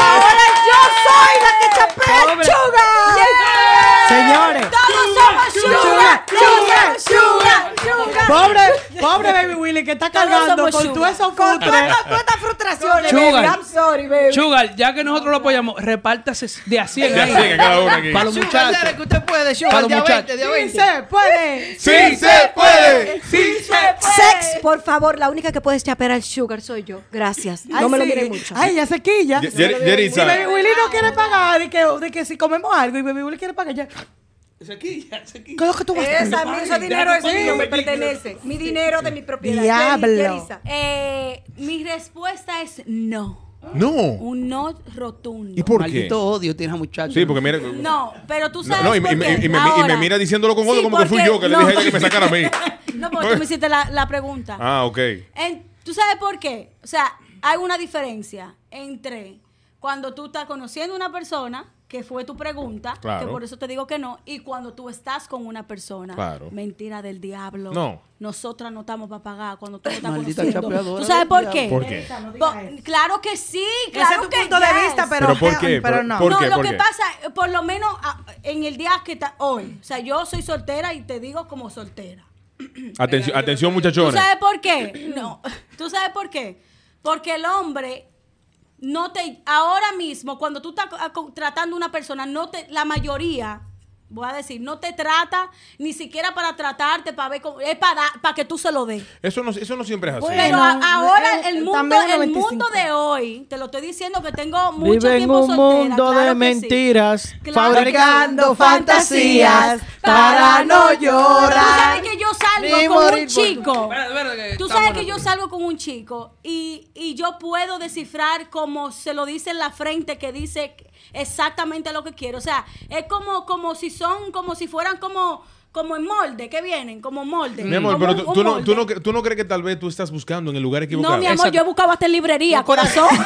[SPEAKER 3] Ahora yo soy la que chapea el sugar.
[SPEAKER 7] Señores.
[SPEAKER 3] Todos somos sugar, sugar, sugar, sugar.
[SPEAKER 2] Pobre, pobre Baby Willy que está cargando con todo eso con todas estas frustraciones.
[SPEAKER 5] Sugar.
[SPEAKER 3] Baby, I'm sorry, baby.
[SPEAKER 5] Sugar, ya que nosotros lo apoyamos, repártase de a 100
[SPEAKER 1] Ya sé que cada uno aquí.
[SPEAKER 5] Para los muchachos.
[SPEAKER 7] que usted puede,
[SPEAKER 5] Para
[SPEAKER 7] sugar,
[SPEAKER 5] los
[SPEAKER 7] de a
[SPEAKER 5] muchachos.
[SPEAKER 7] 20, de a
[SPEAKER 2] Sí
[SPEAKER 7] 20.
[SPEAKER 2] se puede.
[SPEAKER 1] ¡Sí se puede!
[SPEAKER 3] (laughs) Sex, por favor, la única que puedes chapear al sugar soy yo. Gracias.
[SPEAKER 2] Ay,
[SPEAKER 3] No me lo
[SPEAKER 2] sí.
[SPEAKER 3] miren mucho.
[SPEAKER 2] Ay, ya se quilla.
[SPEAKER 1] Ye- Ye-
[SPEAKER 2] Si
[SPEAKER 1] Yerisa.
[SPEAKER 2] Baby Willy no quiere pagar, de que, de que si comemos algo y Baby Willy quiere pagar, ya. ¿Qué es lo que tú vas a hacer?
[SPEAKER 8] Esa, mi- ese dinero es mío, me pertenece.
[SPEAKER 3] Mi dinero de mi propiedad.
[SPEAKER 2] Diablo.
[SPEAKER 3] Yerisa.
[SPEAKER 8] Eh, mi respuesta es no.
[SPEAKER 1] No.
[SPEAKER 8] Un no rotundo.
[SPEAKER 1] ¿Y por qué?
[SPEAKER 5] Maldito odio tienes a muchacha.
[SPEAKER 1] Sí, porque mira.
[SPEAKER 8] No, pero tú
[SPEAKER 1] No,
[SPEAKER 8] sabes.
[SPEAKER 1] no, y, me-
[SPEAKER 8] por
[SPEAKER 1] y me-
[SPEAKER 8] qué.
[SPEAKER 1] y me, y me
[SPEAKER 8] Ahora.
[SPEAKER 1] mira diciéndolo con odio
[SPEAKER 8] Sí,
[SPEAKER 1] como que fui
[SPEAKER 8] porque-
[SPEAKER 1] yo que
[SPEAKER 8] no.
[SPEAKER 1] le dije a ella que me sacara a mí.
[SPEAKER 8] (laughs) No, porque tú me hiciste la, la pregunta.
[SPEAKER 1] Ah, ok.
[SPEAKER 8] En- ¿Tú sabes por qué? O sea, hay una diferencia entre cuando tú estás conociendo una persona, que fue tu pregunta,
[SPEAKER 1] Claro.
[SPEAKER 8] que por eso te digo que no, y cuando tú estás con una persona.
[SPEAKER 1] Claro.
[SPEAKER 8] Mentira del diablo.
[SPEAKER 1] No.
[SPEAKER 8] Nosotras no estamos para pagar cuando tú me estás
[SPEAKER 5] Maldita
[SPEAKER 8] conociendo.
[SPEAKER 5] chapeadora
[SPEAKER 8] ¿Tú sabes
[SPEAKER 5] del
[SPEAKER 8] por
[SPEAKER 5] diablo.
[SPEAKER 8] qué?
[SPEAKER 1] ¿Por qué?
[SPEAKER 8] Bo- claro que sí,
[SPEAKER 2] Ese es
[SPEAKER 8] claro
[SPEAKER 2] tu
[SPEAKER 8] que
[SPEAKER 2] punto de
[SPEAKER 8] yes.
[SPEAKER 2] vista, pero,
[SPEAKER 1] ¿Pero por qué?
[SPEAKER 2] pero
[SPEAKER 1] ¿Por-
[SPEAKER 2] no.
[SPEAKER 1] por-
[SPEAKER 8] no,
[SPEAKER 1] qué?
[SPEAKER 8] lo que
[SPEAKER 1] qué?
[SPEAKER 8] pasa, eh, por lo menos ah, en el día que está hoy, o sea, yo soy soltera y te digo como soltera.
[SPEAKER 1] Atención, atención
[SPEAKER 8] ¿Tú
[SPEAKER 1] muchachones.
[SPEAKER 8] sabes por qué? (clears throat) No. ¿Tú sabes por qué? Porque el hombre no te ahora mismo cuando tú estás co- a- co- tratando a una persona, no te la mayoría voy a decir, no te trata ni siquiera para tratarte, para ver cómo, es para para que tú se lo des.
[SPEAKER 1] Eso no, eso no siempre es así.
[SPEAKER 2] Bueno.
[SPEAKER 8] Pero a- ahora
[SPEAKER 2] eh,
[SPEAKER 8] el
[SPEAKER 2] eh,
[SPEAKER 8] mundo,
[SPEAKER 2] también el
[SPEAKER 8] el mundo
[SPEAKER 2] 95.
[SPEAKER 8] de hoy, te lo estoy diciendo que tengo mucho
[SPEAKER 7] Vive en
[SPEAKER 8] tiempo
[SPEAKER 7] un
[SPEAKER 8] soltera,
[SPEAKER 7] mundo
[SPEAKER 8] claro que
[SPEAKER 7] de
[SPEAKER 8] sí.
[SPEAKER 7] mentiras,
[SPEAKER 8] Claro
[SPEAKER 7] fabricando
[SPEAKER 8] que sí.
[SPEAKER 7] fantasías para no
[SPEAKER 8] Tú
[SPEAKER 7] llorar.
[SPEAKER 8] sabes que yo salgo
[SPEAKER 7] ni
[SPEAKER 8] con
[SPEAKER 7] morir por-
[SPEAKER 8] un
[SPEAKER 7] pues.
[SPEAKER 8] chico.
[SPEAKER 5] Espérate, espérate,
[SPEAKER 8] Tú
[SPEAKER 5] estamos
[SPEAKER 8] sabes que
[SPEAKER 5] en
[SPEAKER 8] yo
[SPEAKER 5] otro.
[SPEAKER 8] salgo con un chico y, y yo puedo descifrar como se lo dice en la frente que dice exactamente lo que quiero. O sea, es como, como si son, como si fueran como, como en molde, que vienen, como molde.
[SPEAKER 1] Mi amor,
[SPEAKER 8] como
[SPEAKER 1] pero
[SPEAKER 8] un-
[SPEAKER 1] tú,
[SPEAKER 8] un
[SPEAKER 1] tú no, tú,
[SPEAKER 8] molde.
[SPEAKER 1] no, cre- tú no crees que tal vez tú estás buscando en el lugar equivocado.
[SPEAKER 8] No, mi amor,
[SPEAKER 5] Exacto.
[SPEAKER 8] yo he buscado hasta en librería, corazón.
[SPEAKER 5] (laughs)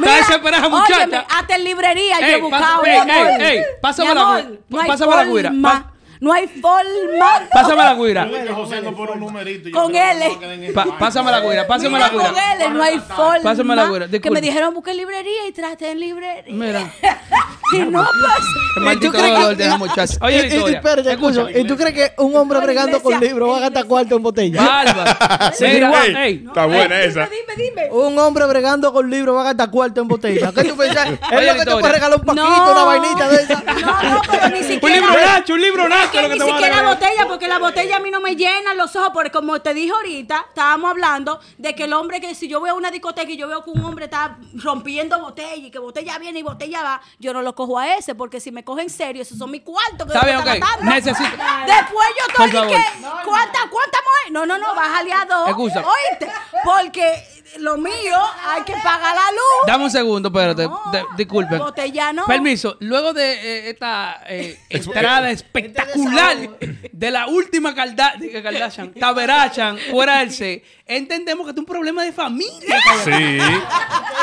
[SPEAKER 5] Está desesperada, muchacha.
[SPEAKER 8] óyeme, hasta en librería yo
[SPEAKER 5] Ey,
[SPEAKER 8] he buscado,
[SPEAKER 5] pasa- ey,
[SPEAKER 8] mi amor.
[SPEAKER 5] ey, ey, pásame
[SPEAKER 8] Mi
[SPEAKER 5] la
[SPEAKER 8] amor,
[SPEAKER 5] güira,
[SPEAKER 8] no hay
[SPEAKER 5] pásame la güira,
[SPEAKER 8] forma,
[SPEAKER 5] pa-
[SPEAKER 8] No hay forma.
[SPEAKER 5] Pásame la guira.
[SPEAKER 4] Yo dije José no por un numerito. y yo
[SPEAKER 8] Con
[SPEAKER 4] creo que
[SPEAKER 8] L.
[SPEAKER 4] no queden en
[SPEAKER 5] Pa-
[SPEAKER 4] el
[SPEAKER 5] pásame la guira, pásame
[SPEAKER 8] Mira,
[SPEAKER 5] la guira.
[SPEAKER 8] con L, no hay forma.
[SPEAKER 5] Pásame la güera,
[SPEAKER 8] Que me
[SPEAKER 5] disculpe.
[SPEAKER 8] dijeron busque en librería y trate en librería.
[SPEAKER 5] Mira.
[SPEAKER 8] (laughs) Y no pasa.
[SPEAKER 5] El maldito dolor de la (laughs) muchacha.
[SPEAKER 7] Y-
[SPEAKER 5] Oye,
[SPEAKER 7] y- y,
[SPEAKER 5] Victoria.
[SPEAKER 7] espérate,
[SPEAKER 5] escucha.
[SPEAKER 7] escucha, ¿y tú crees que un hombre
[SPEAKER 8] No,
[SPEAKER 7] bregando con
[SPEAKER 8] iglesia,
[SPEAKER 7] libros va a gastar
[SPEAKER 8] iglesia.
[SPEAKER 7] cuarto en botella?
[SPEAKER 5] (laughs) Bárbara. Mira,
[SPEAKER 1] Ey,
[SPEAKER 5] ey.
[SPEAKER 1] está buena esa.
[SPEAKER 8] Dime, dime.
[SPEAKER 7] Un hombre bregando con libros va a gastar cuarto en botella. ¿Qué tú pensás? Es lo que te
[SPEAKER 5] Victoria.
[SPEAKER 7] puede regalar un paquito, una vainita de
[SPEAKER 5] (laughs)
[SPEAKER 7] esa.
[SPEAKER 8] No, no, pero ni siquiera.
[SPEAKER 5] Un libro Nacho, un libro
[SPEAKER 8] Es
[SPEAKER 5] Nacho
[SPEAKER 8] que
[SPEAKER 5] es lo que
[SPEAKER 8] ni
[SPEAKER 5] te voy a
[SPEAKER 8] siquiera
[SPEAKER 5] regalar.
[SPEAKER 8] botella, porque la botella a mí no me llena los ojos, porque como te dije ahorita, estábamos hablando de que el hombre que si yo voy a una discoteca y yo veo que un hombre está rompiendo botella y que botella viene y botella va, yo no lo cojo a ese, porque si me coge en serio, esos son mis cuartos que
[SPEAKER 5] Está
[SPEAKER 8] yo
[SPEAKER 5] bien,
[SPEAKER 8] estoy
[SPEAKER 5] ok.
[SPEAKER 8] gastando.
[SPEAKER 5] Necesito-
[SPEAKER 8] Después yo
[SPEAKER 5] Por
[SPEAKER 8] estoy de que,
[SPEAKER 5] favor.
[SPEAKER 8] ¿cuántas, cuántas mujeres? No, no, no, bájale a dos.
[SPEAKER 5] Excusa.
[SPEAKER 8] Oíste, porque lo mío hay que pagar la luz.
[SPEAKER 5] Dame un segundo, espérate.
[SPEAKER 8] No,
[SPEAKER 5] de- disculpen.
[SPEAKER 8] botella no.
[SPEAKER 5] Permiso. Luego de eh, esta eh, (laughs) entrada (laughs) espectacular de la última Calda de que Kardashian, Taberachan, fuera del C, entendemos que es un problema de familia.
[SPEAKER 1] Sí.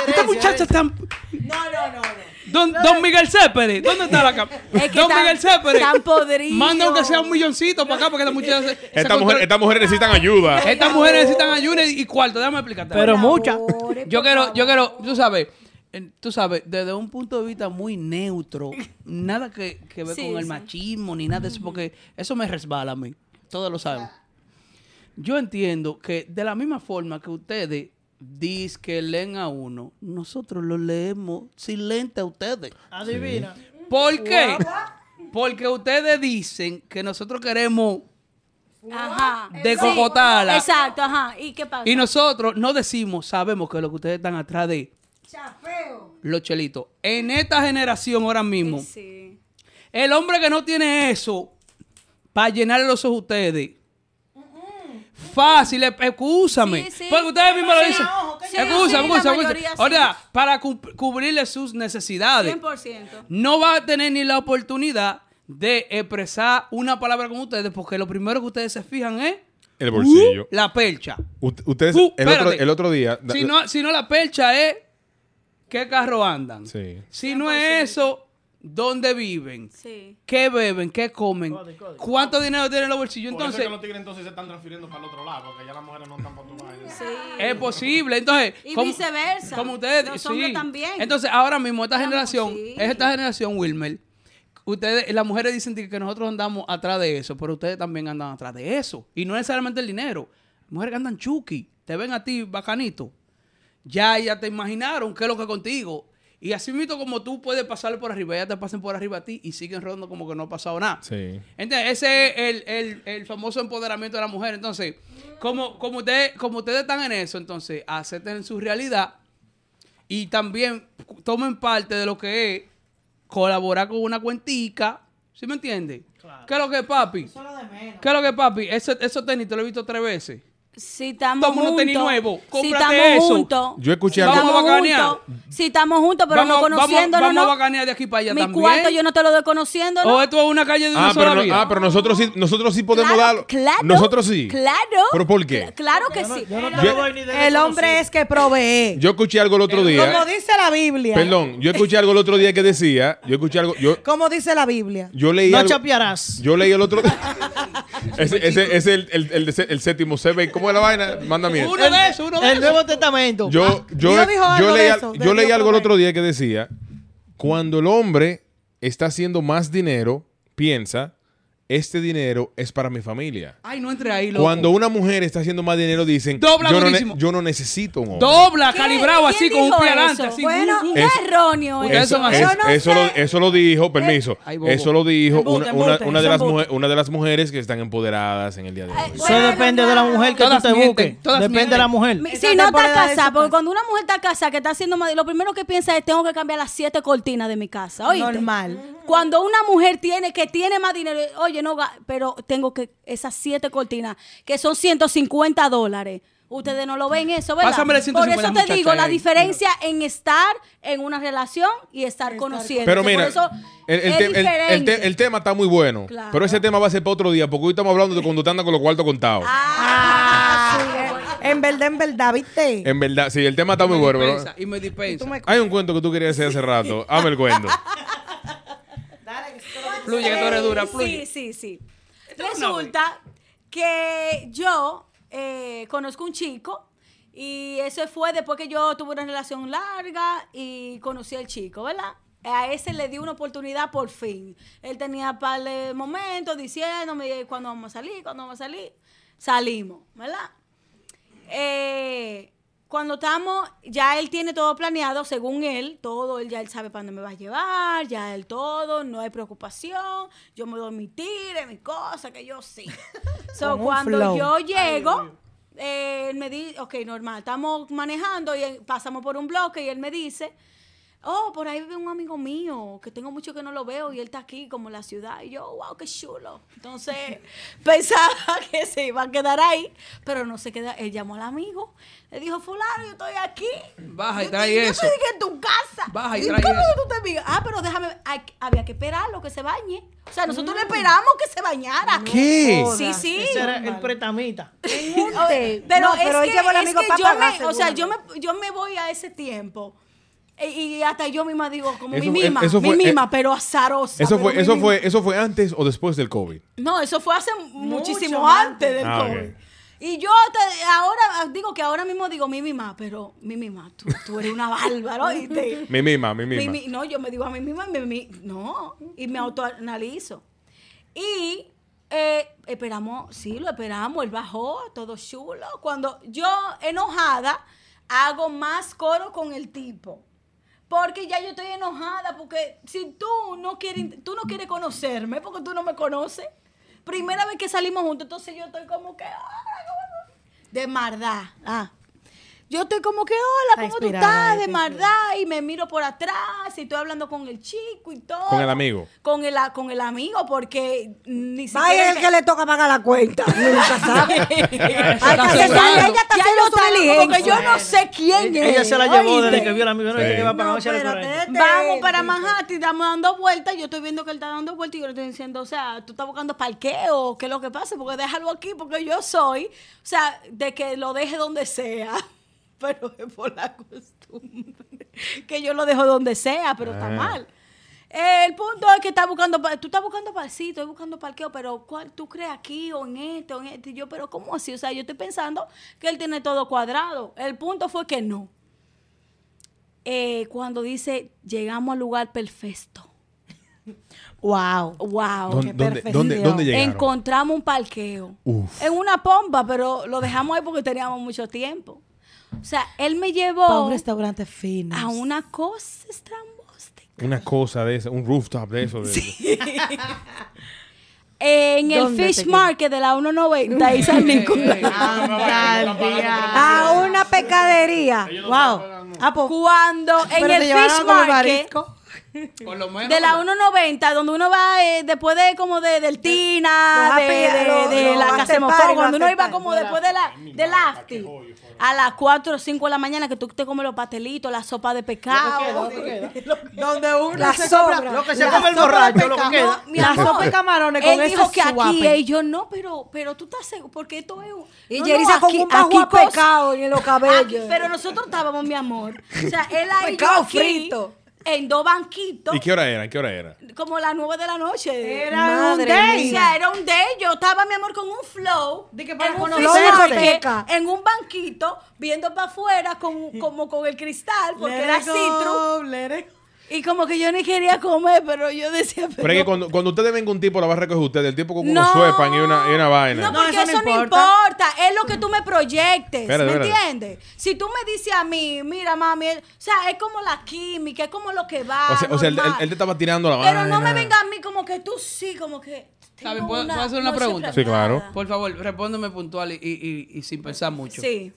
[SPEAKER 5] Esta muchacha tan.
[SPEAKER 2] No, no, no, no.
[SPEAKER 5] Don, don Miguel Cépedes, ¿dónde está la capa?
[SPEAKER 8] Es que
[SPEAKER 5] don
[SPEAKER 8] tan-
[SPEAKER 5] Miguel Cépedes.
[SPEAKER 8] tan podrido.
[SPEAKER 5] Manda aunque sea un milloncito para acá, porque esta muchacha. se- se
[SPEAKER 1] Estas mujeres
[SPEAKER 5] controla.
[SPEAKER 1] estas mujeres necesitan ayuda.
[SPEAKER 5] Estas mujeres necesitan ayuno y cuarto, déjame explicarte.
[SPEAKER 7] Pero mucha.
[SPEAKER 5] yo quiero, yo quiero, tú sabes, eh, tú sabes, desde un punto de vista muy neutro, nada que, que ver
[SPEAKER 8] Sí,
[SPEAKER 5] con el
[SPEAKER 8] sí.
[SPEAKER 5] machismo ni nada de eso, porque eso me resbala a mí. Todos lo saben. Yo entiendo que de la misma forma que ustedes dicen que leen a uno, nosotros lo leemos silente a ustedes.
[SPEAKER 7] Adivina.
[SPEAKER 5] ¿Por qué? Porque ustedes dicen que nosotros queremos
[SPEAKER 8] Ajá.
[SPEAKER 5] De cocotala.
[SPEAKER 8] Exacto, ajá. ¿Y qué pasa?
[SPEAKER 5] y nosotros no decimos, sabemos que lo que ustedes están atrás de
[SPEAKER 8] Chapeo.
[SPEAKER 5] los chelitos. En esta generación ahora mismo,
[SPEAKER 8] Sí.
[SPEAKER 5] el hombre que no tiene eso para llenar los ojos a ustedes. Fácil, escúchame.
[SPEAKER 8] Sí, sí.
[SPEAKER 5] Porque ustedes mismos lo
[SPEAKER 8] Sí,
[SPEAKER 5] dicen.
[SPEAKER 8] ojo, que sí, sí, la
[SPEAKER 5] Escúchame, escúchame,
[SPEAKER 8] mayoría sí.
[SPEAKER 5] Ahora, para cu- cubrirle sus necesidades.
[SPEAKER 8] 100%.
[SPEAKER 5] no va a tener ni la oportunidad de expresar una palabra con ustedes, porque lo primero que ustedes se fijan es
[SPEAKER 1] El bolsillo.
[SPEAKER 5] la percha.
[SPEAKER 1] Ut- Ustedes,
[SPEAKER 5] Uh,
[SPEAKER 1] el, otro,
[SPEAKER 5] espérate.
[SPEAKER 1] el otro día.
[SPEAKER 5] Si no, si no la percha es qué carro andan.
[SPEAKER 1] Sí.
[SPEAKER 5] Si no es eso, ¿dónde viven?
[SPEAKER 8] Sí.
[SPEAKER 5] ¿Qué beben? ¿Qué comen? ¿Cuánto dinero tienen en los bolsillos?
[SPEAKER 4] Por eso es
[SPEAKER 5] Entonces,
[SPEAKER 4] que los tigres entonces se están transfiriendo para el otro lado, porque ya las mujeres no están para tu baile.
[SPEAKER 8] Sí.
[SPEAKER 5] es posible. Entonces,
[SPEAKER 8] Y
[SPEAKER 5] como-
[SPEAKER 8] viceversa.
[SPEAKER 5] Como ustedes.
[SPEAKER 8] Los
[SPEAKER 5] sí.
[SPEAKER 8] hombres también.
[SPEAKER 5] Entonces, ahora mismo, esta
[SPEAKER 8] Estamos,
[SPEAKER 5] generación,
[SPEAKER 8] sí.
[SPEAKER 5] es esta generación, Wilmer. Ustedes, las mujeres dicen que que nosotros andamos atrás de eso, pero ustedes también andan atrás de eso. Y no necesariamente el dinero. Mujeres que andan chuki, te ven a ti bacanito. Ya, ya te imaginaron qué es lo que contigo. Y así mismo como tú puedes pasarle por arriba, ya te pasan por arriba a ti y siguen rodando como que no ha pasado nada.
[SPEAKER 1] Sí.
[SPEAKER 5] Entonces, ese es el, el- el famoso empoderamiento de la mujer. Entonces, como, como, ustedes, como ustedes están en eso, entonces, acepten su realidad y también tomen parte de lo que es colaborar con una cuentica. ¿Sí me entiendes? ¿Qué es lo que es, papi? ¿Qué es lo que es, papi? Ese, esos tenis te lo he visto tres veces.
[SPEAKER 8] Si estamos
[SPEAKER 5] Toma uno
[SPEAKER 8] juntos.
[SPEAKER 5] tenis nuevo,
[SPEAKER 8] si
[SPEAKER 5] cómprate
[SPEAKER 8] estamos
[SPEAKER 5] eso.
[SPEAKER 8] juntos.
[SPEAKER 1] Yo escuché
[SPEAKER 8] si
[SPEAKER 1] algo.
[SPEAKER 8] estamos
[SPEAKER 5] Vamos a bacanear.
[SPEAKER 8] juntos, Si estamos juntos, pero no conociéndonos,
[SPEAKER 5] vamos,
[SPEAKER 8] ¿no?
[SPEAKER 5] a bacanear de aquí para allá
[SPEAKER 8] Mi
[SPEAKER 5] también.
[SPEAKER 8] cuarto yo no te lo doy conociendo, ¿no?
[SPEAKER 5] O esto es una calle de una
[SPEAKER 1] Ah,
[SPEAKER 5] sola
[SPEAKER 1] pero, no-
[SPEAKER 5] vía.
[SPEAKER 1] ah, pero nosotros sí, nosotros sí podemos
[SPEAKER 8] claro,
[SPEAKER 1] darlo.
[SPEAKER 8] claro.
[SPEAKER 1] Nosotros sí.
[SPEAKER 8] Claro.
[SPEAKER 1] ¿Pero por qué?
[SPEAKER 8] Cla- Claro que sí.
[SPEAKER 1] Yo-
[SPEAKER 2] El hombre es que provee.
[SPEAKER 1] Yo escuché algo el otro
[SPEAKER 2] Como
[SPEAKER 1] día.
[SPEAKER 2] dice la Biblia.
[SPEAKER 1] Perdón, yo escuché algo el otro día que decía. Yo escuché algo. Yo,
[SPEAKER 2] Como dice la Biblia.
[SPEAKER 1] yo leí
[SPEAKER 7] No
[SPEAKER 1] algo-
[SPEAKER 7] chapearás.
[SPEAKER 1] Yo leí el otro ese ese- ese es el, el, el, el séptimo CB. ¿Cómo es la vaina? Mándame.
[SPEAKER 5] uno de esos, uno de
[SPEAKER 7] El
[SPEAKER 5] esos.
[SPEAKER 7] Nuevo Testamento.
[SPEAKER 1] Yo, yo,
[SPEAKER 2] Dios dijo algo
[SPEAKER 1] yo
[SPEAKER 2] de
[SPEAKER 1] leí,
[SPEAKER 2] eso,
[SPEAKER 1] al-
[SPEAKER 2] de
[SPEAKER 1] yo
[SPEAKER 2] Dios
[SPEAKER 1] leí algo el
[SPEAKER 2] provee.
[SPEAKER 1] otro día que decía, cuando el hombre está haciendo más dinero, piensa, este dinero es para mi familia.
[SPEAKER 5] Ay, no entre ahí, loco.
[SPEAKER 1] Cuando una mujer está haciendo más dinero, dicen,
[SPEAKER 5] Dobla
[SPEAKER 1] yo, no ne-
[SPEAKER 5] durísimo.
[SPEAKER 1] yo no necesito un hombre.
[SPEAKER 5] Dobla,
[SPEAKER 8] ¿Qué?
[SPEAKER 5] calibrado
[SPEAKER 8] ¿Quién
[SPEAKER 5] así, con un
[SPEAKER 8] dijo
[SPEAKER 5] pie
[SPEAKER 8] eso?
[SPEAKER 5] adelante. así,
[SPEAKER 8] Bueno,
[SPEAKER 5] uh, uh.
[SPEAKER 8] qué erreo
[SPEAKER 5] Ustedes
[SPEAKER 1] Eso,
[SPEAKER 5] son así.
[SPEAKER 1] es-
[SPEAKER 8] Yo no
[SPEAKER 1] eso
[SPEAKER 8] sé.
[SPEAKER 1] lo, eso lo dijo, permiso.
[SPEAKER 5] Ay, bobo.
[SPEAKER 1] eso lo dijo
[SPEAKER 2] Embute,
[SPEAKER 1] una, una-
[SPEAKER 2] embute,
[SPEAKER 1] una de
[SPEAKER 2] son
[SPEAKER 1] las
[SPEAKER 2] bobo.
[SPEAKER 1] mujer- una de las mujeres que están empoderadas en el día de hoy.
[SPEAKER 7] Eso depende de la mujer que
[SPEAKER 5] Todas
[SPEAKER 7] tú te
[SPEAKER 5] mienten,
[SPEAKER 7] busques.
[SPEAKER 5] todas
[SPEAKER 7] Depende de
[SPEAKER 5] mienten.
[SPEAKER 7] la mujer.
[SPEAKER 8] Mi-
[SPEAKER 2] Esa
[SPEAKER 8] Si no
[SPEAKER 2] temporada
[SPEAKER 8] está
[SPEAKER 2] de
[SPEAKER 8] casada,
[SPEAKER 2] eso
[SPEAKER 8] porque
[SPEAKER 2] pasa.
[SPEAKER 8] cuando una mujer está casada, que está haciendo madre, lo primero que piensa es tengo que cambiar las siete cortinas de mi casa. ¿oíste?
[SPEAKER 2] Normal.
[SPEAKER 8] Cuando una mujer tiene que tiene más dinero, oye, no, ga- pero tengo que esas siete cortinas, que son 150 dólares. Ustedes no lo ven eso, ¿verdad?
[SPEAKER 5] Pásamele 150,
[SPEAKER 8] Por eso te
[SPEAKER 5] muchacha,
[SPEAKER 8] digo, la
[SPEAKER 5] ahí.
[SPEAKER 8] diferencia en estar en una relación y estar conociendo.
[SPEAKER 1] Pero mira,
[SPEAKER 8] Por eso
[SPEAKER 1] el, el te-
[SPEAKER 8] es
[SPEAKER 1] el- el te-
[SPEAKER 8] diferente.
[SPEAKER 1] el tema está muy bueno.
[SPEAKER 8] Claro.
[SPEAKER 1] Pero ese tema va a ser para otro día, porque hoy estamos hablando de cuando te andan con los cuartos contados.
[SPEAKER 2] Ah, sí, en verdad, en verdad, ¿viste?
[SPEAKER 1] En verdad, sí, el tema está muy bueno.
[SPEAKER 5] Dispensa,
[SPEAKER 1] ¿verdad?
[SPEAKER 5] Y me dispensa.
[SPEAKER 2] (laughs)
[SPEAKER 1] Hay un cuento que tú querías hacer hace rato. Hazme el cuento.
[SPEAKER 5] Fluye, que tú eres dura,
[SPEAKER 8] Sí,
[SPEAKER 5] fluye.
[SPEAKER 8] Sí, sí, sí.
[SPEAKER 5] es una
[SPEAKER 8] Resulta que yo eh, conozco un chico y ese fue después que yo tuve una relación larga y conocí al chico, ¿verdad? A ese le di una oportunidad por fin. Él tenía par de momentos diciéndome cuándo vamos a salir, cuándo vamos a salir. Salimos, ¿verdad? eh, cuando estamos, ya él tiene todo planeado, según él, todo, él ya él sabe para dónde me va a llevar, ya él todo, no hay preocupación, yo me doy mi tire, mi cosa, que
[SPEAKER 7] (laughs)
[SPEAKER 8] yo sí. so,
[SPEAKER 7] Con un
[SPEAKER 8] cuando
[SPEAKER 7] flow.
[SPEAKER 8] yo llego, eh, él me dice, ok, normal, estamos manejando y eh, pasamos por un bloque y él me dice, oh, por ahí vive un amigo mío, que tengo mucho que no lo veo y él está aquí como en la ciudad. Y yo, wow, qué chulo.
[SPEAKER 5] (laughs)
[SPEAKER 8] Entonces pensaba (laughs) que se iba a quedar ahí, pero no se queda. Él llamó al amigo, le dijo, fulano, yo estoy aquí.
[SPEAKER 5] Baja y
[SPEAKER 8] Yo
[SPEAKER 5] trae
[SPEAKER 8] estoy-
[SPEAKER 5] eso.
[SPEAKER 8] Yo estoy en tu casa.
[SPEAKER 5] Baja y
[SPEAKER 8] ¿Y
[SPEAKER 5] trae
[SPEAKER 8] cómo
[SPEAKER 5] eso.
[SPEAKER 8] tú te miras? Ah, pero déjame, hay- había que esperarlo que se bañe. O sea, nosotros
[SPEAKER 5] Mm.
[SPEAKER 8] le esperamos que se bañara.
[SPEAKER 1] ¿Qué?
[SPEAKER 8] Sí, sí.
[SPEAKER 7] Ese era el pretamita.
[SPEAKER 8] Oh,
[SPEAKER 3] Sí.
[SPEAKER 8] Pero
[SPEAKER 3] No,
[SPEAKER 8] es
[SPEAKER 3] pero él
[SPEAKER 8] que,
[SPEAKER 3] llevó al
[SPEAKER 8] es
[SPEAKER 3] amigo
[SPEAKER 8] que
[SPEAKER 3] para
[SPEAKER 8] yo
[SPEAKER 3] pagar,
[SPEAKER 8] me, o sea, yo me,
[SPEAKER 3] seguramente.
[SPEAKER 8] yo me voy a ese tiempo. E- Y hasta yo misma digo, como
[SPEAKER 1] Eso
[SPEAKER 8] mi
[SPEAKER 1] fue-
[SPEAKER 8] mima,
[SPEAKER 1] eso fue-
[SPEAKER 8] mi mima,
[SPEAKER 1] eh,
[SPEAKER 8] pero azarosa.
[SPEAKER 1] Eso
[SPEAKER 8] pero
[SPEAKER 1] fue,
[SPEAKER 8] mi
[SPEAKER 1] eso
[SPEAKER 8] mima.
[SPEAKER 1] fue, eso fue antes o después del COVID.
[SPEAKER 8] No, eso fue hace muchísimo
[SPEAKER 2] Mucho
[SPEAKER 8] antes del
[SPEAKER 1] Ah,
[SPEAKER 8] COVID.
[SPEAKER 1] ok.
[SPEAKER 8] Y yo te- ahora, digo que ahora mismo digo, mi mima, pero mi mima, tú, tú eres una bárbara, ¿oíste?
[SPEAKER 1] Mi mima, mi mima.
[SPEAKER 8] Mi- mi- no, yo me digo a mí misma, mi- mi- no, y me autoanalizo. Y eh, esperamos, sí, lo esperamos, él bajó, todo chulo. Cuando yo, enojada, hago más coro con el tipo. Porque ya yo estoy enojada, porque si tú no quieres, tú no quieres conocerme, porque tú no me conoces. Primera vez que salimos juntos, entonces yo estoy como que... ah, De maldad. Ah. Yo estoy como que,
[SPEAKER 3] Está
[SPEAKER 8] hola, ¿cómo tú
[SPEAKER 3] inspirada, está
[SPEAKER 8] estás? De
[SPEAKER 3] inspirada.
[SPEAKER 8] maldad. Y me miro por atrás y estoy hablando con el chico y todo.
[SPEAKER 1] Con el amigo.
[SPEAKER 8] Con el, a- con el amigo, porque ni siquiera...
[SPEAKER 3] Vaya el que le toca pagar la cuenta. Nunca sabe. Hay que
[SPEAKER 5] Está
[SPEAKER 3] hacer-
[SPEAKER 5] asegurado.
[SPEAKER 3] ella está
[SPEAKER 8] Ya
[SPEAKER 3] haciendo
[SPEAKER 8] yo
[SPEAKER 3] su
[SPEAKER 8] estaba como
[SPEAKER 3] diligencia.
[SPEAKER 8] que yo no sé quién es.
[SPEAKER 7] Ella se la llevó
[SPEAKER 8] ¿oíste?
[SPEAKER 7] desde que vio la misma
[SPEAKER 1] Sí.
[SPEAKER 7] vez que iba a
[SPEAKER 3] No,
[SPEAKER 7] pagar ese
[SPEAKER 3] espérate.
[SPEAKER 7] restaurante.
[SPEAKER 8] Vamos para Manhattan, estamos dando vueltas. Yo estoy viendo que él está dando vueltas y yo le estoy diciendo, o sea, tú estás buscando parqueo, ¿qué es lo que pasa? Porque déjalo aquí, porque yo soy, o sea, de que lo deje donde sea. (laughs) Pero es por la costumbre. (laughs) Que yo lo dejo donde sea, pero está
[SPEAKER 1] Ah.
[SPEAKER 8] mal. Eh, El punto es que está buscando, pa- tú estás buscando, pa- sí, estoy buscando parqueo, pero ¿cuál tú crees aquí o en este o en este? Y yo, pero ¿cómo así? O sea, yo estoy pensando que él tiene todo cuadrado. El punto fue que no eh, cuando dice llegamos al lugar perfecto.
[SPEAKER 2] (laughs) Wow.
[SPEAKER 8] Wow.
[SPEAKER 1] ¿Dónde, dónde,
[SPEAKER 2] qué
[SPEAKER 1] dónde,
[SPEAKER 2] perfección.
[SPEAKER 1] dónde llegaron?
[SPEAKER 8] Encontramos un parqueo.
[SPEAKER 1] Uf.
[SPEAKER 8] En una pompa, pero lo dejamos ahí porque teníamos mucho tiempo. O sea, él me
[SPEAKER 2] Para
[SPEAKER 8] llevó
[SPEAKER 2] un restaurante fino.
[SPEAKER 8] a una cosa estrambóstica.
[SPEAKER 1] Una cosa de esa, un rooftop de eso. de-
[SPEAKER 8] En el
[SPEAKER 3] ¿Dónde te
[SPEAKER 8] Fish
[SPEAKER 3] quedó?
[SPEAKER 8] Market de la 190
[SPEAKER 2] (laughs)
[SPEAKER 8] y San Nicolás.
[SPEAKER 3] A una pecadería.
[SPEAKER 2] Wow. Ah, pues,
[SPEAKER 8] Cuando en
[SPEAKER 2] pero
[SPEAKER 8] el
[SPEAKER 2] te llevaron
[SPEAKER 8] Fish
[SPEAKER 2] como
[SPEAKER 8] Market
[SPEAKER 2] marisco.
[SPEAKER 5] Por lo menos.
[SPEAKER 8] de la 190, donde uno va eh, después de como de del Tina,
[SPEAKER 3] Los
[SPEAKER 8] de, de,
[SPEAKER 3] happy- los-
[SPEAKER 8] de
[SPEAKER 3] los
[SPEAKER 8] la
[SPEAKER 3] after
[SPEAKER 8] Casemofón,
[SPEAKER 3] party, los
[SPEAKER 8] cuando uno
[SPEAKER 3] after
[SPEAKER 8] iba
[SPEAKER 3] party.
[SPEAKER 8] como después de la del after, a las 4 o 5 de la mañana que tú te comes los pastelitos, la sopa de
[SPEAKER 2] Ah,
[SPEAKER 8] pescado.
[SPEAKER 7] (laughs)
[SPEAKER 2] Donde uno
[SPEAKER 3] La
[SPEAKER 2] se
[SPEAKER 3] sobra.
[SPEAKER 2] compra-
[SPEAKER 7] Lo que se
[SPEAKER 2] la
[SPEAKER 7] come el
[SPEAKER 2] sopa de
[SPEAKER 7] borracho, lo que
[SPEAKER 2] pescado.
[SPEAKER 7] queda.
[SPEAKER 8] Mi
[SPEAKER 2] la
[SPEAKER 8] amor,
[SPEAKER 2] sopa de camarones con
[SPEAKER 8] él dijo
[SPEAKER 2] ese
[SPEAKER 8] que aquí, eh,
[SPEAKER 2] suape.
[SPEAKER 8] y yo no, pero pero tú estás seguro, porque esto es un-
[SPEAKER 3] Y
[SPEAKER 8] no,
[SPEAKER 3] Jerisa
[SPEAKER 8] no,
[SPEAKER 3] con
[SPEAKER 8] aquí-
[SPEAKER 3] un bajo
[SPEAKER 8] aquí
[SPEAKER 3] a
[SPEAKER 8] cosa-
[SPEAKER 3] pecado en los
[SPEAKER 8] Aquí,
[SPEAKER 3] cabellos.
[SPEAKER 8] pero nosotros estábamos, mi amor. O sea, él ahí yo
[SPEAKER 3] Pescado
[SPEAKER 8] aquí,
[SPEAKER 3] frito.
[SPEAKER 8] en dos banquitos.
[SPEAKER 1] ¿Y qué hora era? ¿Qué hora era?
[SPEAKER 8] como las nueve de la noche.
[SPEAKER 2] Era
[SPEAKER 3] Madre
[SPEAKER 2] un date.
[SPEAKER 8] O sea, era un day. Yo estaba, mi amor, con un flow.
[SPEAKER 2] De que para
[SPEAKER 8] en, un
[SPEAKER 2] conocer.
[SPEAKER 8] flow
[SPEAKER 3] Flow de
[SPEAKER 8] porque-
[SPEAKER 3] coteca.
[SPEAKER 8] en un banquito, viendo para afuera, con, como con el cristal, porque
[SPEAKER 2] Let
[SPEAKER 8] era
[SPEAKER 2] it go,
[SPEAKER 8] citro.
[SPEAKER 2] let it go.
[SPEAKER 8] Y como que yo ni quería comer, pero yo decía, pero.
[SPEAKER 1] Pero es que cuando, cuando ustedes ven que un tipo la barra que es usted, el tipo con
[SPEAKER 8] No.
[SPEAKER 1] unos suepan y una, y una vaina.
[SPEAKER 8] No, porque
[SPEAKER 2] No,
[SPEAKER 8] eso, no, importa. Es lo que tú me proyectes.
[SPEAKER 1] Espérate,
[SPEAKER 8] ¿Me
[SPEAKER 1] espérate.
[SPEAKER 8] entiendes? Si tú me dices a mí, mira, mami, el- o sea, es como la química, es como lo que va.
[SPEAKER 1] o sea, o sea, él, él-
[SPEAKER 8] normal.
[SPEAKER 1] él te estaba tirando la vaina.
[SPEAKER 8] Pero no me venga a mí como que tú sí, como que.
[SPEAKER 5] Está bien,
[SPEAKER 8] tengo
[SPEAKER 5] ¿puedo- puedo hacer una
[SPEAKER 8] no
[SPEAKER 5] pregunta?
[SPEAKER 8] soy
[SPEAKER 1] Sí, claro.
[SPEAKER 8] preparada.
[SPEAKER 5] Por favor, respóndeme puntual y, y- y- y sin pensar mucho.
[SPEAKER 8] Sí.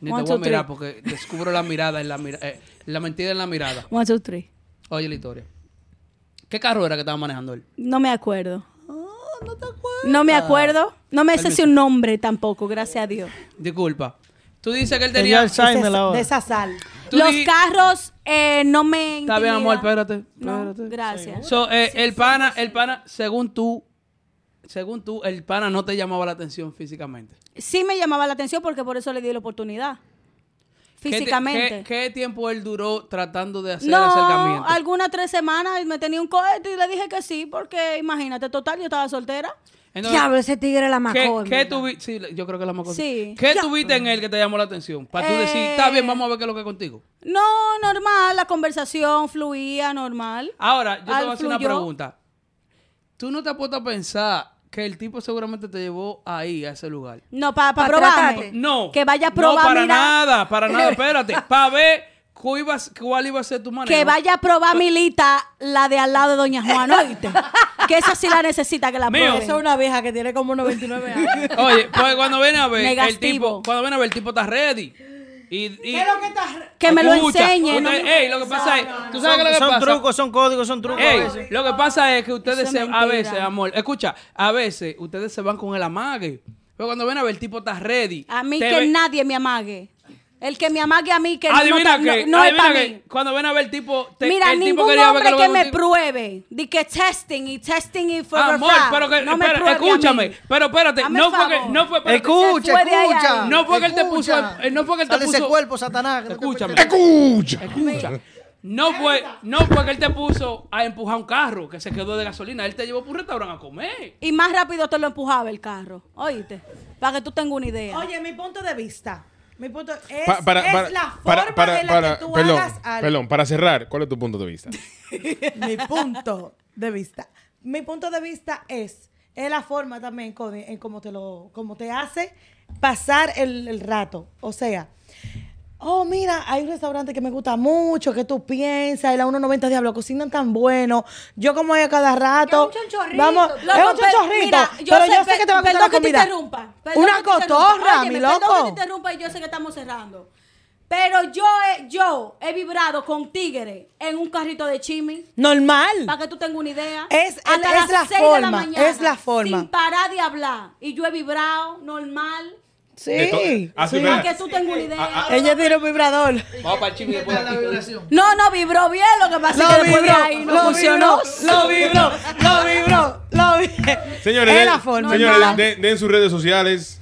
[SPEAKER 5] Ni
[SPEAKER 8] One,
[SPEAKER 5] te voy
[SPEAKER 8] two,
[SPEAKER 5] a mirar porque descubro la mirada en la mirada. la mentira en la mirada.
[SPEAKER 8] One, two, three.
[SPEAKER 5] Oye, la historia. ¿Qué carro era que estaba manejando él?
[SPEAKER 8] No me acuerdo. Ah, no me acuerdo. No me sé si un nombre tampoco, gracias a Dios.
[SPEAKER 5] Disculpa. Tú dices que él
[SPEAKER 7] Tenía
[SPEAKER 5] tenía.
[SPEAKER 7] el sign de la
[SPEAKER 2] De
[SPEAKER 7] hora.
[SPEAKER 2] esa sal.
[SPEAKER 5] tú
[SPEAKER 8] Los
[SPEAKER 5] di-
[SPEAKER 8] carros eh, no me.
[SPEAKER 5] Está bien,
[SPEAKER 8] intimidan.
[SPEAKER 5] amor, espérate.
[SPEAKER 8] No,
[SPEAKER 5] espérate.
[SPEAKER 8] gracias.
[SPEAKER 5] So, eh, el pana, el pana, según tú, según tú, el pana no te llamaba la atención físicamente.
[SPEAKER 8] Sí me llamaba la atención porque por eso le di la oportunidad.
[SPEAKER 5] ¿Qué te- qué,
[SPEAKER 8] físicamente.
[SPEAKER 5] qué tiempo él duró tratando de hacer
[SPEAKER 8] No,
[SPEAKER 5] acercamiento?
[SPEAKER 8] algunas tres semanas y me tenía un cohete y le dije que sí, porque imagínate, total, yo estaba soltera.
[SPEAKER 5] Entonces,
[SPEAKER 3] Diablo, ese tigre la
[SPEAKER 5] ¿Qué,
[SPEAKER 3] macó. en
[SPEAKER 5] qué
[SPEAKER 3] verdad.
[SPEAKER 5] tuvi- sí, la- yo creo que la más cosa.
[SPEAKER 8] Sí.
[SPEAKER 5] ¿Qué tuviste en él que te llamó la atención? Para tú decir,
[SPEAKER 8] Eh.
[SPEAKER 5] está bien, vamos a ver qué es lo que es contigo.
[SPEAKER 8] No, normal, la conversación fluía normal.
[SPEAKER 5] Ahora, yo te
[SPEAKER 8] Al
[SPEAKER 5] voy a hacer una
[SPEAKER 8] fluyó.
[SPEAKER 5] pregunta. ¿Tú no te has puesto a pensar que el tipo seguramente te llevó ahí, a ese lugar?
[SPEAKER 8] No, para
[SPEAKER 3] Pa'
[SPEAKER 8] probarme.
[SPEAKER 3] tratarte.
[SPEAKER 5] No.
[SPEAKER 8] Que vaya a
[SPEAKER 5] No,
[SPEAKER 8] probar,
[SPEAKER 5] para
[SPEAKER 8] mira,
[SPEAKER 5] nada, para
[SPEAKER 8] (laughs)
[SPEAKER 5] nada, espérate. Para ver cuál iba, a ser- cuál iba a ser tu manera.
[SPEAKER 8] Que vaya a probar Milita, la de al lado de Doña Juana,
[SPEAKER 5] (laughs)
[SPEAKER 8] ¿oíste? que esa sí la necesita que la
[SPEAKER 5] Mío.
[SPEAKER 8] pruebe.
[SPEAKER 2] Esa es una vieja que tiene como (laughs) 99 años.
[SPEAKER 5] Oye, pues cuando viene a ver, el
[SPEAKER 8] Negativo.
[SPEAKER 5] tipo, cuando viene a ver, el tipo está ready. Y, y-
[SPEAKER 2] ¿Qué es lo que estás.?
[SPEAKER 8] Que me lo
[SPEAKER 5] Escucha,
[SPEAKER 8] enseñe. no
[SPEAKER 5] usted-
[SPEAKER 8] me-
[SPEAKER 5] ey, lo que pasa es, tú
[SPEAKER 7] Son,
[SPEAKER 5] sabes qué es lo que
[SPEAKER 7] son
[SPEAKER 5] pasa.
[SPEAKER 7] trucos, son códigos, son trucos.
[SPEAKER 5] Ey,
[SPEAKER 7] a veces.
[SPEAKER 5] lo que pasa es que ustedes
[SPEAKER 8] Eso es
[SPEAKER 5] se, a
[SPEAKER 8] mentira.
[SPEAKER 5] veces, amor, escucha, a veces ustedes se van con el amague. Pero cuando ven a ver, el tipo está ready.
[SPEAKER 8] A mí
[SPEAKER 5] Te
[SPEAKER 8] que
[SPEAKER 5] ve-
[SPEAKER 8] nadie me amague. El que me amague a mí, que no-
[SPEAKER 5] Adivina
[SPEAKER 8] no,
[SPEAKER 5] que,
[SPEAKER 8] no, no es
[SPEAKER 5] adivina
[SPEAKER 8] para
[SPEAKER 5] que
[SPEAKER 8] mí.
[SPEAKER 5] cuando ven a ver el tipo, te-
[SPEAKER 8] Mira,
[SPEAKER 5] el tipo
[SPEAKER 8] ningún
[SPEAKER 5] quería ver
[SPEAKER 8] hombre
[SPEAKER 5] lo
[SPEAKER 8] que me
[SPEAKER 5] contigo.
[SPEAKER 8] pruebe, di que testing y testing y forever
[SPEAKER 5] Amor,
[SPEAKER 8] fry.
[SPEAKER 5] pero que,
[SPEAKER 8] no me
[SPEAKER 5] espera,
[SPEAKER 8] pruebe a mí.
[SPEAKER 5] escúchame, pero espérate,
[SPEAKER 8] Hazme
[SPEAKER 5] no
[SPEAKER 8] el
[SPEAKER 5] fue que,
[SPEAKER 8] favor.
[SPEAKER 5] no fue, espérate.
[SPEAKER 7] Escucha,
[SPEAKER 8] Se fue de ahí,
[SPEAKER 7] escucha.
[SPEAKER 8] ahí.
[SPEAKER 5] No fue que él te
[SPEAKER 7] escucha.
[SPEAKER 5] puso- eh, no fue que él te
[SPEAKER 7] Sale ese
[SPEAKER 5] puso-
[SPEAKER 7] cuerpo, Satanás. que no te-
[SPEAKER 5] Escúchame.
[SPEAKER 1] ¡Escucha!
[SPEAKER 5] Escucha. No fue, no fue que él te puso a empujar un carro que se quedó de gasolina. Él te llevó por un restaurante a comer.
[SPEAKER 8] Y más rápido te lo empujaba el carro, oíste, para que tú tengas una idea.
[SPEAKER 2] Oye, mi punto de vista. Mi punto es,
[SPEAKER 1] Pa- para-
[SPEAKER 2] es
[SPEAKER 1] para-
[SPEAKER 2] la forma
[SPEAKER 1] para- para-
[SPEAKER 2] de la
[SPEAKER 1] para-
[SPEAKER 2] que tú
[SPEAKER 1] perdón,
[SPEAKER 2] hagas al-
[SPEAKER 1] perdón, para cerrar, ¿cuál es tu punto de
[SPEAKER 2] (laughs)
[SPEAKER 1] vista?
[SPEAKER 2] Mi punto de vista. Mi punto de vista es, es la forma también con- en cómo te lo, cómo te hace pasar el, el rato. O sea, oh, mira, hay un restaurante que me gusta mucho, que tú piensas, y la 1.90 diablo, cocinan tan bueno. Yo como voy a cada rato.
[SPEAKER 3] Que es un chonchorrito.
[SPEAKER 2] Vamos,
[SPEAKER 8] Loco,
[SPEAKER 2] es un
[SPEAKER 8] pe-
[SPEAKER 2] chonchorrito.
[SPEAKER 8] mira,
[SPEAKER 2] pero yo sé
[SPEAKER 8] pe-
[SPEAKER 2] que te va a gustar la
[SPEAKER 8] perdón que te
[SPEAKER 2] comida.
[SPEAKER 8] interrumpa, perdón
[SPEAKER 2] Una
[SPEAKER 8] que te interrumpa.
[SPEAKER 2] cotorra,
[SPEAKER 8] Óyeme,
[SPEAKER 2] mi
[SPEAKER 8] Perdón que te
[SPEAKER 2] loco.
[SPEAKER 8] interrumpa y yo sé que estamos cerrando. Pero yo he, yo he vibrado con tigre en un carrito de chimi.
[SPEAKER 2] Normal.
[SPEAKER 8] Para que tú tengas una idea.
[SPEAKER 2] Es-
[SPEAKER 8] Hasta
[SPEAKER 2] es- es la
[SPEAKER 8] las seis de
[SPEAKER 2] forma,
[SPEAKER 8] mañana,
[SPEAKER 2] es la forma.
[SPEAKER 8] Sin parar de hablar. Y yo he vibrado normal.
[SPEAKER 1] De to- Ah,
[SPEAKER 2] Sí.
[SPEAKER 1] sí,
[SPEAKER 2] sí. Ah,
[SPEAKER 1] espera.
[SPEAKER 8] Para que tú tengas una idea.
[SPEAKER 2] Ella tiene un vibrador.
[SPEAKER 5] Vamos para el chisme después de aquí.
[SPEAKER 8] No, no, vibró bien. Lo que pasa es que después de ahí no funcionó.
[SPEAKER 2] Lo vibró, lo vibró, lo vibró.
[SPEAKER 1] Señores,
[SPEAKER 2] Es
[SPEAKER 1] den,
[SPEAKER 2] la forma.
[SPEAKER 1] señores
[SPEAKER 2] Normal.
[SPEAKER 1] den, den sus redes sociales.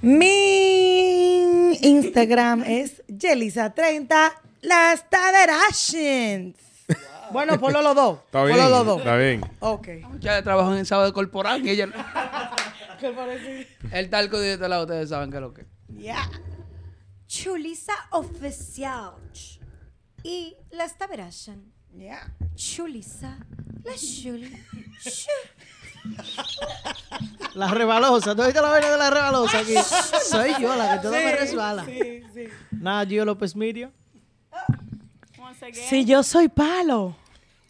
[SPEAKER 2] Mi Instagram es Yelisa30, las Taderations. Bueno, ponlo los dos.
[SPEAKER 1] Está bien.
[SPEAKER 2] Ponlo los dos.
[SPEAKER 1] Está bien.
[SPEAKER 2] Ok.
[SPEAKER 5] Ya trabajó en el sábado corporal y
[SPEAKER 7] (laughs)
[SPEAKER 5] ella no. El talco de este lado, ustedes saben que es lo que. es.
[SPEAKER 2] Ya.
[SPEAKER 3] Chulisa oficial. Ch- Y las taberashan.
[SPEAKER 2] Ya.
[SPEAKER 3] Chulisa. La chuli. chu-
[SPEAKER 7] La rebalosa. ¿Tú viste la vaina de la rebalosa aquí? Soy yo la que todo me resbala.
[SPEAKER 2] Sí, sí.
[SPEAKER 7] Nada, Gio López Mirio.
[SPEAKER 2] Si yo soy palo,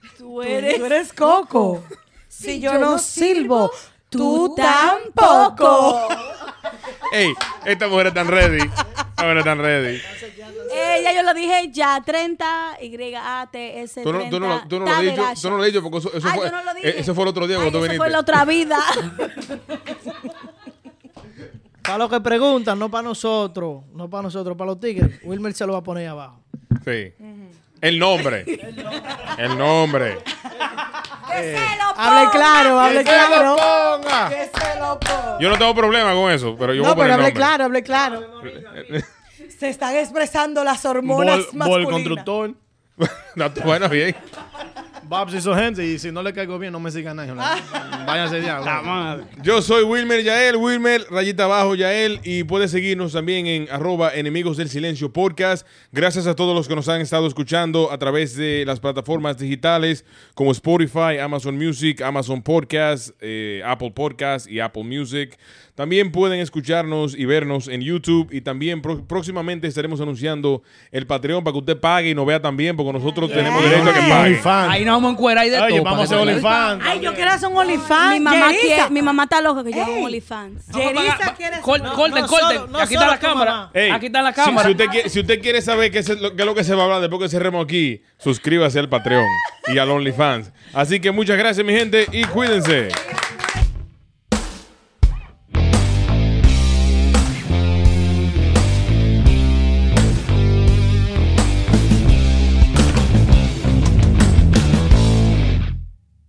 [SPEAKER 8] Tú
[SPEAKER 2] tú
[SPEAKER 8] eres-
[SPEAKER 2] eres coco. Si yo no sirvo, tú tampoco.
[SPEAKER 8] tampoco.
[SPEAKER 1] Ey, esta mujer está ready. Esta mujer está ready.
[SPEAKER 8] Ella, yo lo dije ya, 30, Y-A-T-S.
[SPEAKER 1] Tú no, tú no, lo- tú no lo has dicho, tú no lo has dicho porque eso, eso
[SPEAKER 8] Ah,
[SPEAKER 1] fue,
[SPEAKER 8] yo no lo dije.
[SPEAKER 1] eh, eso fue el otro día
[SPEAKER 8] Ay,
[SPEAKER 1] cuando tú
[SPEAKER 8] eso fue
[SPEAKER 1] viniste.
[SPEAKER 8] la
[SPEAKER 1] (laughs)
[SPEAKER 8] otra vida.
[SPEAKER 7] Para los que preguntan, no para nosotros. No para nosotros, para los tigres. Wilmer se lo va a poner ahí abajo.
[SPEAKER 1] Sí. El nombre. El nombre.
[SPEAKER 8] Que se lo
[SPEAKER 2] Hable
[SPEAKER 8] ponga.
[SPEAKER 2] claro, hable
[SPEAKER 1] ¡Que se lo
[SPEAKER 2] claro.
[SPEAKER 1] ponga! Yo no tengo problema con eso, pero yo voy a poner
[SPEAKER 2] No, pero
[SPEAKER 1] el
[SPEAKER 2] hable
[SPEAKER 1] nombre.
[SPEAKER 2] claro, hable claro. Se están expresando las hormonas
[SPEAKER 4] Bol
[SPEAKER 2] masculinas.
[SPEAKER 4] constructor.
[SPEAKER 1] (laughs) No, tú- bueno, bien.
[SPEAKER 4] Babs hizo gente y si no le caigo bien, no me sigan nadie.
[SPEAKER 8] Ah.
[SPEAKER 4] Váyanse ya.
[SPEAKER 1] Yo soy Wilmer Yael, Wilmer, rayita abajo Yael, y puedes seguirnos también en arroba enemigos del silencio podcast. Gracias a todos los que nos han estado escuchando a través de las plataformas digitales como Spotify, Amazon Music, Amazon Podcast, eh, Apple Podcast y Apple Music. También pueden escucharnos y vernos en YouTube y también pro- próximamente estaremos anunciando el Patreon para que usted pague y nos vea también, porque nosotros tenemos derecho a que pague.
[SPEAKER 5] Ahí nos vamos a encuerar y de
[SPEAKER 4] Oye,
[SPEAKER 5] todo,
[SPEAKER 4] vamos a hacer
[SPEAKER 5] para que-
[SPEAKER 4] OnlyFans.
[SPEAKER 2] Ay, yo quiero hacer un OnlyFans.
[SPEAKER 8] Mi mamá,
[SPEAKER 2] Yeriza.
[SPEAKER 8] quiere- mi mamá está loca que yo hago
[SPEAKER 2] Ey.
[SPEAKER 8] un OnlyFans.
[SPEAKER 5] Vamos a pagar-
[SPEAKER 2] Yeriza
[SPEAKER 5] va-
[SPEAKER 2] quiere hacer-
[SPEAKER 5] col-
[SPEAKER 2] No,
[SPEAKER 5] Corten,
[SPEAKER 7] no
[SPEAKER 5] corten.
[SPEAKER 7] solo- no
[SPEAKER 5] Aquí está
[SPEAKER 7] solo
[SPEAKER 5] la
[SPEAKER 7] tu
[SPEAKER 5] cámara.
[SPEAKER 7] mamá.
[SPEAKER 1] Ey,
[SPEAKER 5] Aquí está la
[SPEAKER 1] si-
[SPEAKER 5] cámara.
[SPEAKER 1] Si, usted quiere, si usted quiere saber qué es, lo, qué es lo que se va a hablar después que cerremos aquí, suscríbase al Patreon y al OnlyFans. Así que muchas gracias, mi gente, y cuídense.